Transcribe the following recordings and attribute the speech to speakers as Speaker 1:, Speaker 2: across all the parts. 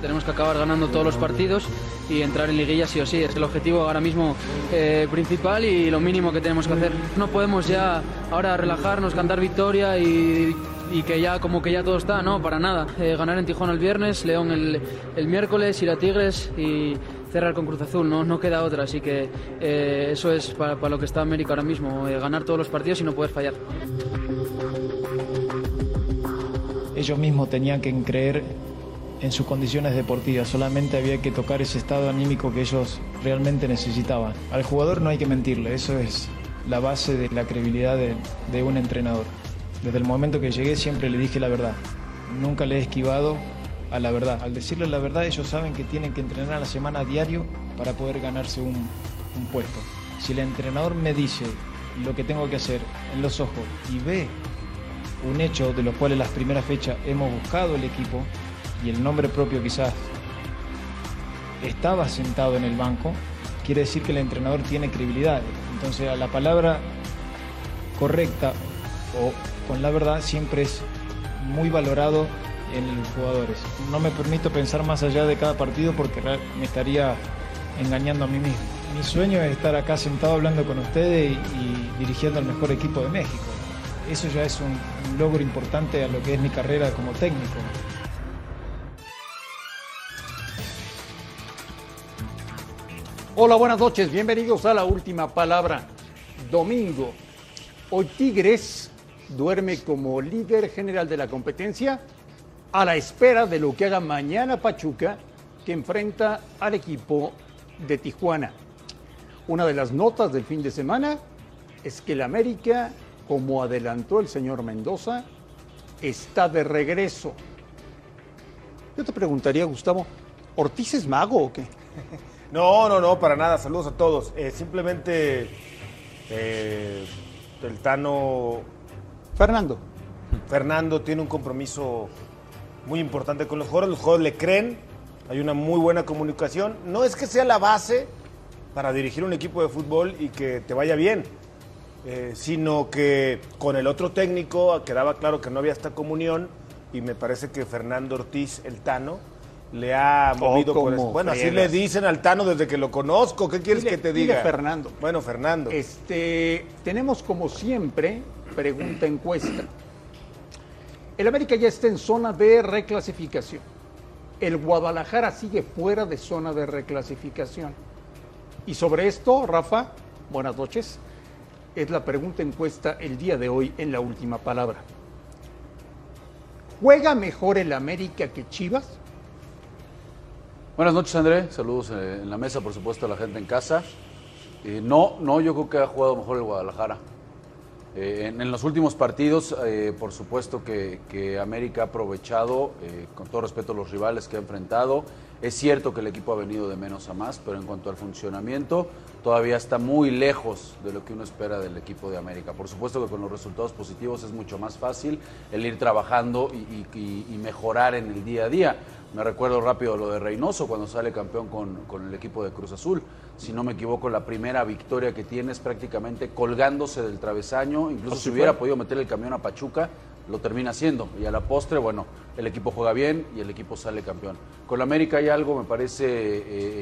Speaker 1: Tenemos que acabar ganando todos los partidos y entrar en liguilla sí o sí. Es el objetivo ahora mismo eh, principal y lo mínimo que tenemos que hacer. No podemos ya ahora relajarnos, cantar victoria y, y que ya como que ya todo está, no, para nada. Eh, ganar en Tijuana el viernes, León el, el miércoles, ir a Tigres y cerrar con Cruz Azul, no, no queda otra, así que eh, eso es para, para lo que está América ahora mismo, eh, ganar todos los partidos y no poder fallar.
Speaker 2: Ellos mismos tenían que creer en sus condiciones deportivas, solamente había que tocar ese estado anímico que ellos realmente necesitaban. Al jugador no hay que mentirle, eso es la base de la credibilidad de, de un entrenador. Desde el momento que llegué siempre le dije la verdad, nunca le he esquivado a la verdad. Al decirle la verdad, ellos saben que tienen que entrenar a la semana a diario para poder ganarse un, un, puesto. Si el entrenador me dice lo que tengo que hacer en los ojos y ve un hecho de los cuales las primeras fechas hemos buscado el equipo y el nombre propio quizás estaba sentado en el banco, quiere decir que el entrenador tiene credibilidad. Entonces, a la palabra correcta o con la verdad siempre es muy valorado en los jugadores. No me permito pensar más allá de cada partido porque me estaría engañando a mí mismo. Mi sueño es estar acá sentado hablando con ustedes y, y dirigiendo al mejor equipo de México. Eso ya es un, un logro importante a lo que es mi carrera como técnico.
Speaker 3: Hola, buenas noches. Bienvenidos a la última palabra. Domingo. Hoy Tigres duerme como líder general de la competencia a la espera de lo que haga mañana Pachuca, que enfrenta al equipo de Tijuana. Una de las notas del fin de semana es que el América, como adelantó el señor Mendoza, está de regreso. Yo te preguntaría, Gustavo, ¿Ortiz es mago o qué?
Speaker 4: No, no, no, para nada. Saludos a todos. Eh, simplemente eh, el Tano.
Speaker 3: Fernando.
Speaker 4: Fernando tiene un compromiso muy importante con los jugadores. Los jugadores le creen, hay una muy buena comunicación. No es que sea la base para dirigir un equipo de fútbol y que te vaya bien, eh, sino que con el otro técnico quedaba claro que no había esta comunión y me parece que Fernando Ortiz, el Tano, le ha movido oh, por eso. Bueno, friegas. así le dicen al Tano desde que lo conozco. ¿Qué quieres
Speaker 3: dile,
Speaker 4: que te diga?
Speaker 3: Fernando.
Speaker 4: Bueno, Fernando.
Speaker 3: Este, tenemos como siempre pregunta encuesta. El América ya está en zona de reclasificación. El Guadalajara sigue fuera de zona de reclasificación. Y sobre esto, Rafa, buenas noches. Es la pregunta encuesta el día de hoy en la última palabra. ¿Juega mejor el América que Chivas?
Speaker 5: Buenas noches, André. Saludos eh, en la mesa, por supuesto, a la gente en casa. Eh, no, no, yo creo que ha jugado mejor el Guadalajara. Eh, en, en, los últimos partidos, eh, por supuesto que, que, América ha aprovechado, eh, con todo respeto a los rivales que ha enfrentado. Es cierto que el equipo ha venido de menos a más, pero en cuanto al funcionamiento, todavía está muy lejos de lo que uno espera del equipo de América. Por supuesto que con los resultados positivos es mucho más fácil el ir trabajando y, y, y mejorar en el día a día. Me recuerdo rápido lo de Reynoso cuando sale campeón con, con, el equipo de Cruz Azul. Si no me equivoco, la primera victoria que tiene es prácticamente colgándose del travesaño. Incluso si hubiera podido meter el camión a Pachuca, lo termina haciendo. Y a la postre, bueno, el equipo juega bien y el equipo sale campeón. Con la América hay algo, me parece,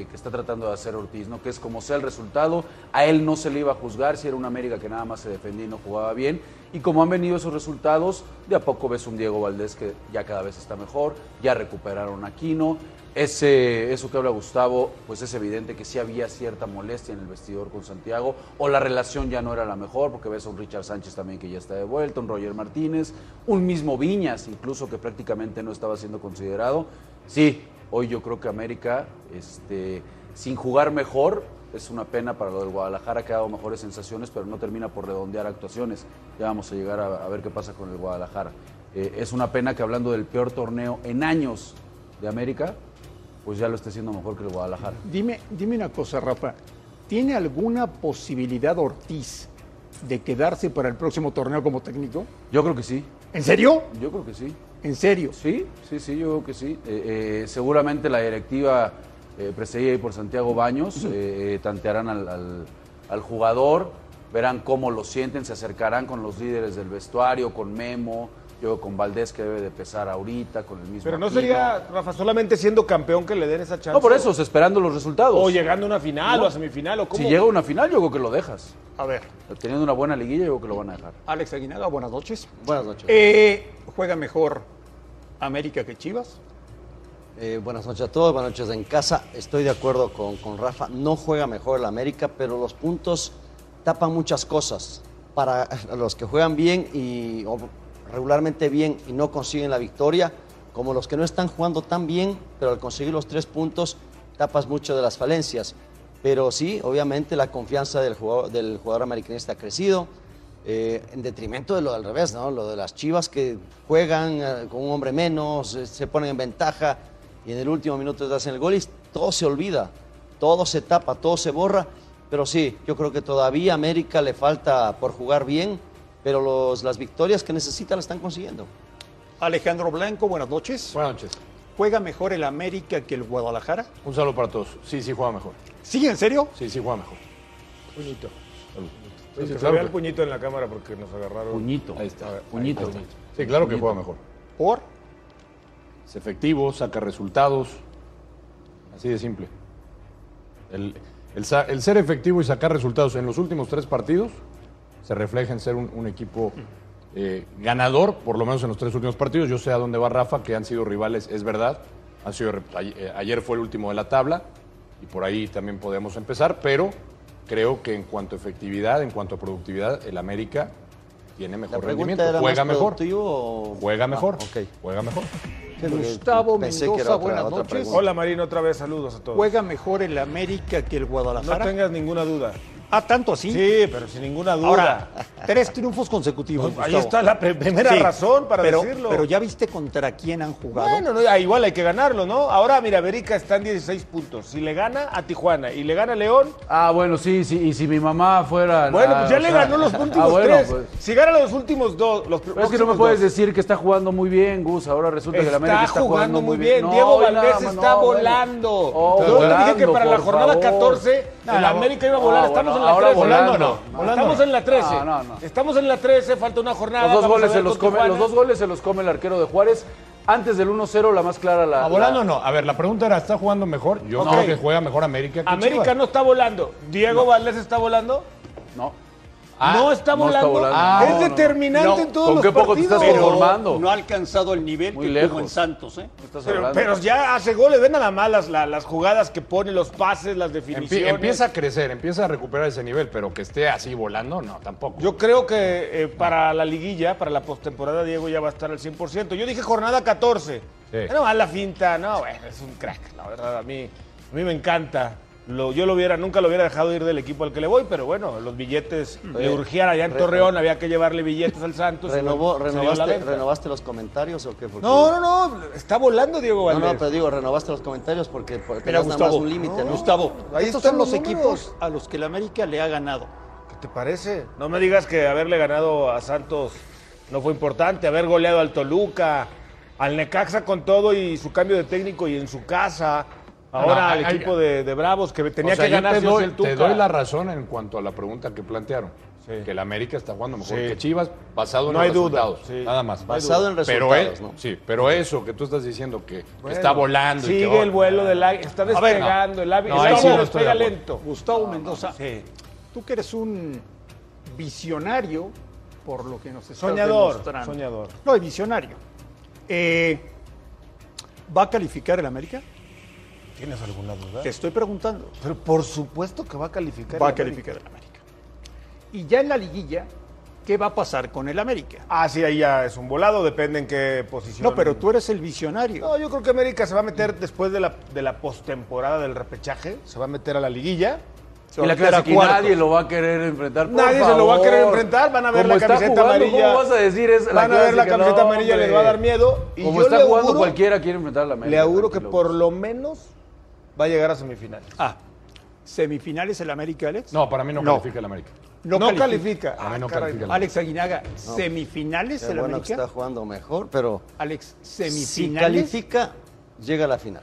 Speaker 5: eh, que está tratando de hacer Ortiz, ¿no? Que es como sea el resultado, a él no se le iba a juzgar si era una América que nada más se defendía y no jugaba bien. Y como han venido esos resultados, de a poco ves un Diego Valdés que ya cada vez está mejor, ya recuperaron a Aquino. Ese, eso que habla Gustavo, pues es evidente que sí había cierta molestia en el vestidor con Santiago, o la relación ya no era la mejor, porque ves a un Richard Sánchez también que ya está de vuelta, un Roger Martínez, un mismo Viñas, incluso que prácticamente no estaba siendo considerado. Sí, hoy yo creo que América, este, sin jugar mejor, es una pena para lo del Guadalajara, que ha dado mejores sensaciones, pero no termina por redondear actuaciones. Ya vamos a llegar a, a ver qué pasa con el Guadalajara. Eh, es una pena que hablando del peor torneo en años de América, pues ya lo esté haciendo mejor que el Guadalajara.
Speaker 3: Dime, dime una cosa, Rafa. ¿Tiene alguna posibilidad Ortiz de quedarse para el próximo torneo como técnico?
Speaker 5: Yo creo que sí.
Speaker 3: ¿En serio?
Speaker 5: Yo creo que sí.
Speaker 3: ¿En serio?
Speaker 5: Sí, sí, sí, yo creo que sí. Eh, eh, seguramente la directiva eh, precedida por Santiago Baños, eh, tantearán al, al, al, jugador, verán cómo lo sienten, se acercarán con los líderes del vestuario, con Memo. Yo con Valdés que debe de pesar ahorita, con el mismo.
Speaker 4: Pero no
Speaker 5: Aquino.
Speaker 4: sería, Rafa, solamente siendo campeón que le den esa chance.
Speaker 5: No, por eso, es esperando los resultados.
Speaker 4: O llegando a una final o a semifinal o cómo.
Speaker 5: si llega a una final, yo creo que lo dejas.
Speaker 3: A ver,
Speaker 5: Teniendo una buena liguilla, yo creo que lo van a dejar.
Speaker 3: Alex Aguinaga, buenas noches.
Speaker 6: Buenas noches.
Speaker 3: Eh, ¿Juega mejor América que Chivas?
Speaker 6: Eh, buenas noches a todos, buenas noches en casa. Estoy de acuerdo con, con Rafa, no juega mejor el América, pero los puntos tapan muchas cosas. Para los que juegan bien y o regularmente bien y no consiguen la victoria, como los que no están jugando tan bien, pero al conseguir los tres puntos tapas mucho de las falencias. Pero sí, obviamente la confianza del jugador, del jugador americanista ha crecido, eh, en detrimento de lo del revés, ¿no? Lo de las chivas que juegan eh, con un hombre menos, eh, se ponen en ventaja y en el último minuto te hacen el gol y todo se olvida, todo se tapa, todo se borra. Pero sí, yo creo que todavía a América le falta por jugar bien, pero los, las victorias que necesita las están consiguiendo.
Speaker 3: Alejandro Blanco, buenas noches.
Speaker 7: Buenas noches.
Speaker 3: ¿Juega mejor el América que el Guadalajara?
Speaker 7: Un saludo para todos. Sí, sí juega mejor.
Speaker 3: ¿Sí, en serio?
Speaker 7: Sí, sí juega mejor.
Speaker 4: Puñito.
Speaker 7: Sí,
Speaker 4: Que se
Speaker 7: claro
Speaker 4: vea el
Speaker 7: que,
Speaker 4: puñito en la cámara porque nos agarraron.
Speaker 5: Puñito.
Speaker 7: ahí está.
Speaker 5: Puñito.
Speaker 7: sí, claro que juega mejor.
Speaker 3: ¿Por?
Speaker 7: Es efectivo, saca resultados. Así de simple. El, el sa- el ser efectivo y sacar resultados en los últimos tres partidos se refleja en ser un, un equipo eh, ganador, por lo menos en los tres últimos partidos. Yo sé a dónde va Rafa, que han sido rivales, es verdad. Han sido, re- ay- eh, ayer fue el último de la tabla y por ahí también podemos empezar, pero creo que en cuanto a efectividad, en cuanto a productividad, el América tiene
Speaker 6: La
Speaker 7: mejor
Speaker 6: pregunta
Speaker 7: rendimiento,
Speaker 6: era
Speaker 7: juega
Speaker 6: más
Speaker 7: mejor,
Speaker 6: productivo o-
Speaker 7: juega
Speaker 6: Ah,
Speaker 7: mejor,
Speaker 6: ok.
Speaker 7: juega mejor.
Speaker 6: Porque
Speaker 3: Gustavo
Speaker 6: pensé que era
Speaker 3: Mendoza,
Speaker 6: otra-
Speaker 3: buenas
Speaker 6: otra
Speaker 3: noches.
Speaker 6: pregunta.
Speaker 4: Hola, Marín, otra vez saludos a todos.
Speaker 3: ¿Juega mejor el América que el
Speaker 4: No
Speaker 3: Guadalajara?
Speaker 4: tengas ninguna duda.
Speaker 3: Ah, tanto así.
Speaker 4: Sí, pero sin ninguna duda.
Speaker 3: Ahora, tres triunfos consecutivos.
Speaker 4: Pues, ahí
Speaker 3: Gustavo.
Speaker 4: está la pre- primera razón para
Speaker 3: pero,
Speaker 4: decirlo.
Speaker 3: Pero ya viste contra quién han jugado.
Speaker 4: Bueno, no, ah, igual hay que ganarlo, ¿no? Ahora, mira, Verica está en 16 puntos. Si le gana a Tijuana y le gana a León,
Speaker 5: Ah, bueno, sí, sí. Y si mi mamá fuera.
Speaker 4: bueno, pues ya
Speaker 5: o
Speaker 4: le
Speaker 5: sea-
Speaker 4: ganó los
Speaker 5: Ah,
Speaker 4: últimos
Speaker 5: bueno,
Speaker 4: tres.
Speaker 5: pues.
Speaker 4: Si gana los últimos dos, los
Speaker 5: Pero es que no me
Speaker 4: próximos
Speaker 5: puedes
Speaker 4: dos.
Speaker 5: decir que está jugando muy bien, Gus. Ahora resulta que la
Speaker 4: Está
Speaker 5: América está jugando,
Speaker 4: jugando muy bien.
Speaker 5: No,
Speaker 4: Diego
Speaker 5: y nada
Speaker 4: Valdés
Speaker 5: más,
Speaker 4: está
Speaker 5: no, bueno.
Speaker 4: volando.
Speaker 5: Oh,
Speaker 4: Yo te dije
Speaker 5: volando,
Speaker 4: que para la
Speaker 5: por
Speaker 4: jornada
Speaker 5: favor.
Speaker 4: 14
Speaker 5: No,
Speaker 4: la
Speaker 5: no,
Speaker 4: América iba a
Speaker 5: no,
Speaker 4: volar.
Speaker 5: bueno,
Speaker 4: Estamos en la
Speaker 5: ahora
Speaker 4: 13.
Speaker 5: volando, no,
Speaker 4: Volando. Estamos en la 13.
Speaker 5: No, no, no.
Speaker 4: Estamos en la 13, falta una jornada.
Speaker 5: Los dos,
Speaker 4: vamos a
Speaker 5: goles
Speaker 4: ver
Speaker 5: se los,
Speaker 4: con
Speaker 5: come, los
Speaker 4: Tijuana.
Speaker 5: dos goles se los come el arquero de Juárez. Antes del 1-0, la más clara la.
Speaker 7: ¿A
Speaker 5: la-
Speaker 7: volando o no? A ver, la pregunta era, ¿está jugando mejor? Yo
Speaker 4: Ok.
Speaker 7: creo que juega mejor América que
Speaker 4: América
Speaker 7: Chivas.
Speaker 4: no está volando. Diego Valdés está volando.
Speaker 5: No.
Speaker 4: no está
Speaker 5: Ah, no está
Speaker 4: volando.
Speaker 5: volando.
Speaker 4: Ah. es
Speaker 5: No, no, no.
Speaker 4: determinante
Speaker 3: No,
Speaker 4: en todos
Speaker 5: ¿con
Speaker 4: los
Speaker 5: qué poco te
Speaker 4: partidos.
Speaker 5: estás conformando?
Speaker 3: no ha alcanzado el nivel
Speaker 5: Muy
Speaker 3: que tuvo
Speaker 5: lejos.
Speaker 3: en Santos, ¿eh?
Speaker 5: No estás
Speaker 4: Pero,
Speaker 5: hablando.
Speaker 4: pero ya hace goles, ve nada más las, la- las jugadas que pone, los pases, las
Speaker 7: Empie-
Speaker 4: definiciones.
Speaker 7: empieza a crecer, empieza a recuperar ese nivel, pero que esté así volando, no, tampoco.
Speaker 4: Yo creo que eh, para la liguilla, para la postemporada, Diego ya va a estar al 100%. Yo dije jornada 14.
Speaker 7: Sí.
Speaker 4: No, más la finta, no, bueno, es un crack, la verdad, a mí, a mí me encanta. Lo, yo lo hubiera, nunca lo hubiera dejado ir del equipo al que le voy, pero bueno, los billetes le
Speaker 6: Oye,
Speaker 4: urgían allá en
Speaker 6: Mm. re-
Speaker 4: Torreón, había que llevarle billetes al Santos. y
Speaker 6: Renovó-
Speaker 4: bueno, pues, se dio la
Speaker 6: renovaste,
Speaker 4: venta.
Speaker 6: ¿Renovaste los comentarios o qué? Porque-
Speaker 4: No, no, no, está volando Diego
Speaker 6: No,
Speaker 4: Valdés.
Speaker 6: no, pero digo, renovaste los comentarios porque, porque
Speaker 3: Mira,
Speaker 6: tenías nada más
Speaker 3: Gustavo.
Speaker 6: un límite, ¿no?
Speaker 3: Gustavo,
Speaker 4: Ahí
Speaker 3: estos
Speaker 4: están
Speaker 3: son los,
Speaker 4: los números.
Speaker 3: equipos a los que el América le ha ganado.
Speaker 4: ¿Qué te parece? No me digas que haberle ganado a Santos no fue importante, haber goleado al Toluca, al Necaxa con todo y su cambio de técnico y en su casa. Ahora
Speaker 7: No, no,
Speaker 4: al
Speaker 7: hay-
Speaker 4: equipo de, de Bravos que tenía
Speaker 7: O sea,
Speaker 4: que
Speaker 7: yo
Speaker 4: ganar
Speaker 7: te
Speaker 4: sí o sí,
Speaker 7: doy,
Speaker 4: el
Speaker 7: te
Speaker 4: Tuca.
Speaker 7: doy la razón en cuanto a la pregunta que plantearon.
Speaker 4: Sí.
Speaker 7: Que el América está jugando mejor
Speaker 4: Sí.
Speaker 7: que Chivas, basado en
Speaker 4: No
Speaker 7: los
Speaker 4: hay duda,
Speaker 7: resultados.
Speaker 4: sí.
Speaker 7: Nada más.
Speaker 6: Basado en
Speaker 7: Pero,
Speaker 6: resultados,
Speaker 7: eh,
Speaker 6: ¿no?
Speaker 7: sí, pero eso que tú estás diciendo que está volando. y que,
Speaker 4: Sigue
Speaker 7: oh,
Speaker 4: el vuelo del águila, está
Speaker 7: A ver,
Speaker 4: despegando,
Speaker 7: no.
Speaker 4: el águila
Speaker 7: No,
Speaker 4: el
Speaker 7: ahí sí
Speaker 4: águila
Speaker 7: no estoy de
Speaker 4: despega
Speaker 7: acuerdo.
Speaker 4: lento.
Speaker 3: Gustavo Mendoza,
Speaker 4: Sí.
Speaker 3: tú que eres un visionario, por lo que nos estás
Speaker 4: Soñador,
Speaker 3: demostrando.
Speaker 4: soñador.
Speaker 3: No, y visionario. Eh, ¿Va a calificar el América?
Speaker 4: ¿Tienes alguna duda?
Speaker 3: Te estoy preguntando.
Speaker 4: Pero por supuesto que va a calificar.
Speaker 3: Va
Speaker 4: el
Speaker 3: a calificar
Speaker 4: América.
Speaker 3: el América. Y ya en la liguilla, ¿qué va a pasar con el América?
Speaker 4: Ah, sí, ahí ya es un volado, depende en qué posición.
Speaker 3: No, pero tú eres el visionario.
Speaker 4: No, yo creo que América se va a meter después de la, de la postemporada del repechaje, se va a meter a la liguilla.
Speaker 3: Se va
Speaker 5: Y la
Speaker 3: a meter a
Speaker 5: clásica, y
Speaker 3: cuartos.
Speaker 5: nadie lo va a querer enfrentar. por
Speaker 4: Nadie se lo va a querer
Speaker 5: favor.
Speaker 4: enfrentar, van a ver
Speaker 5: Como
Speaker 4: la
Speaker 5: está
Speaker 4: camiseta
Speaker 5: jugando,
Speaker 4: amarilla.
Speaker 5: ¿Cómo vas a decir es
Speaker 4: Van a ver la camiseta amarilla, les va a dar miedo, y
Speaker 5: Y Como
Speaker 4: yo
Speaker 5: está
Speaker 4: le
Speaker 5: jugando
Speaker 4: auguro-
Speaker 5: cualquiera quiere enfrentar a la América.
Speaker 4: Le auguro que
Speaker 5: tranquilo,
Speaker 4: por
Speaker 5: Gus.
Speaker 4: lo menos va a llegar a semifinales.
Speaker 3: Ah, ¿semifinales el América, Alex?
Speaker 7: No, para mí no,
Speaker 3: No.
Speaker 7: califica el América.
Speaker 4: No, califica.
Speaker 7: Para mí
Speaker 4: Ah,
Speaker 7: no
Speaker 4: caray.
Speaker 7: califica el América.
Speaker 3: Alex Aguinaga, ¿semifinales
Speaker 6: Qué
Speaker 3: el
Speaker 6: bueno que está
Speaker 3: América?
Speaker 6: jugando mejor, pero
Speaker 3: Alex,
Speaker 6: si
Speaker 3: ¿semifinales?
Speaker 6: califica, llega a la final.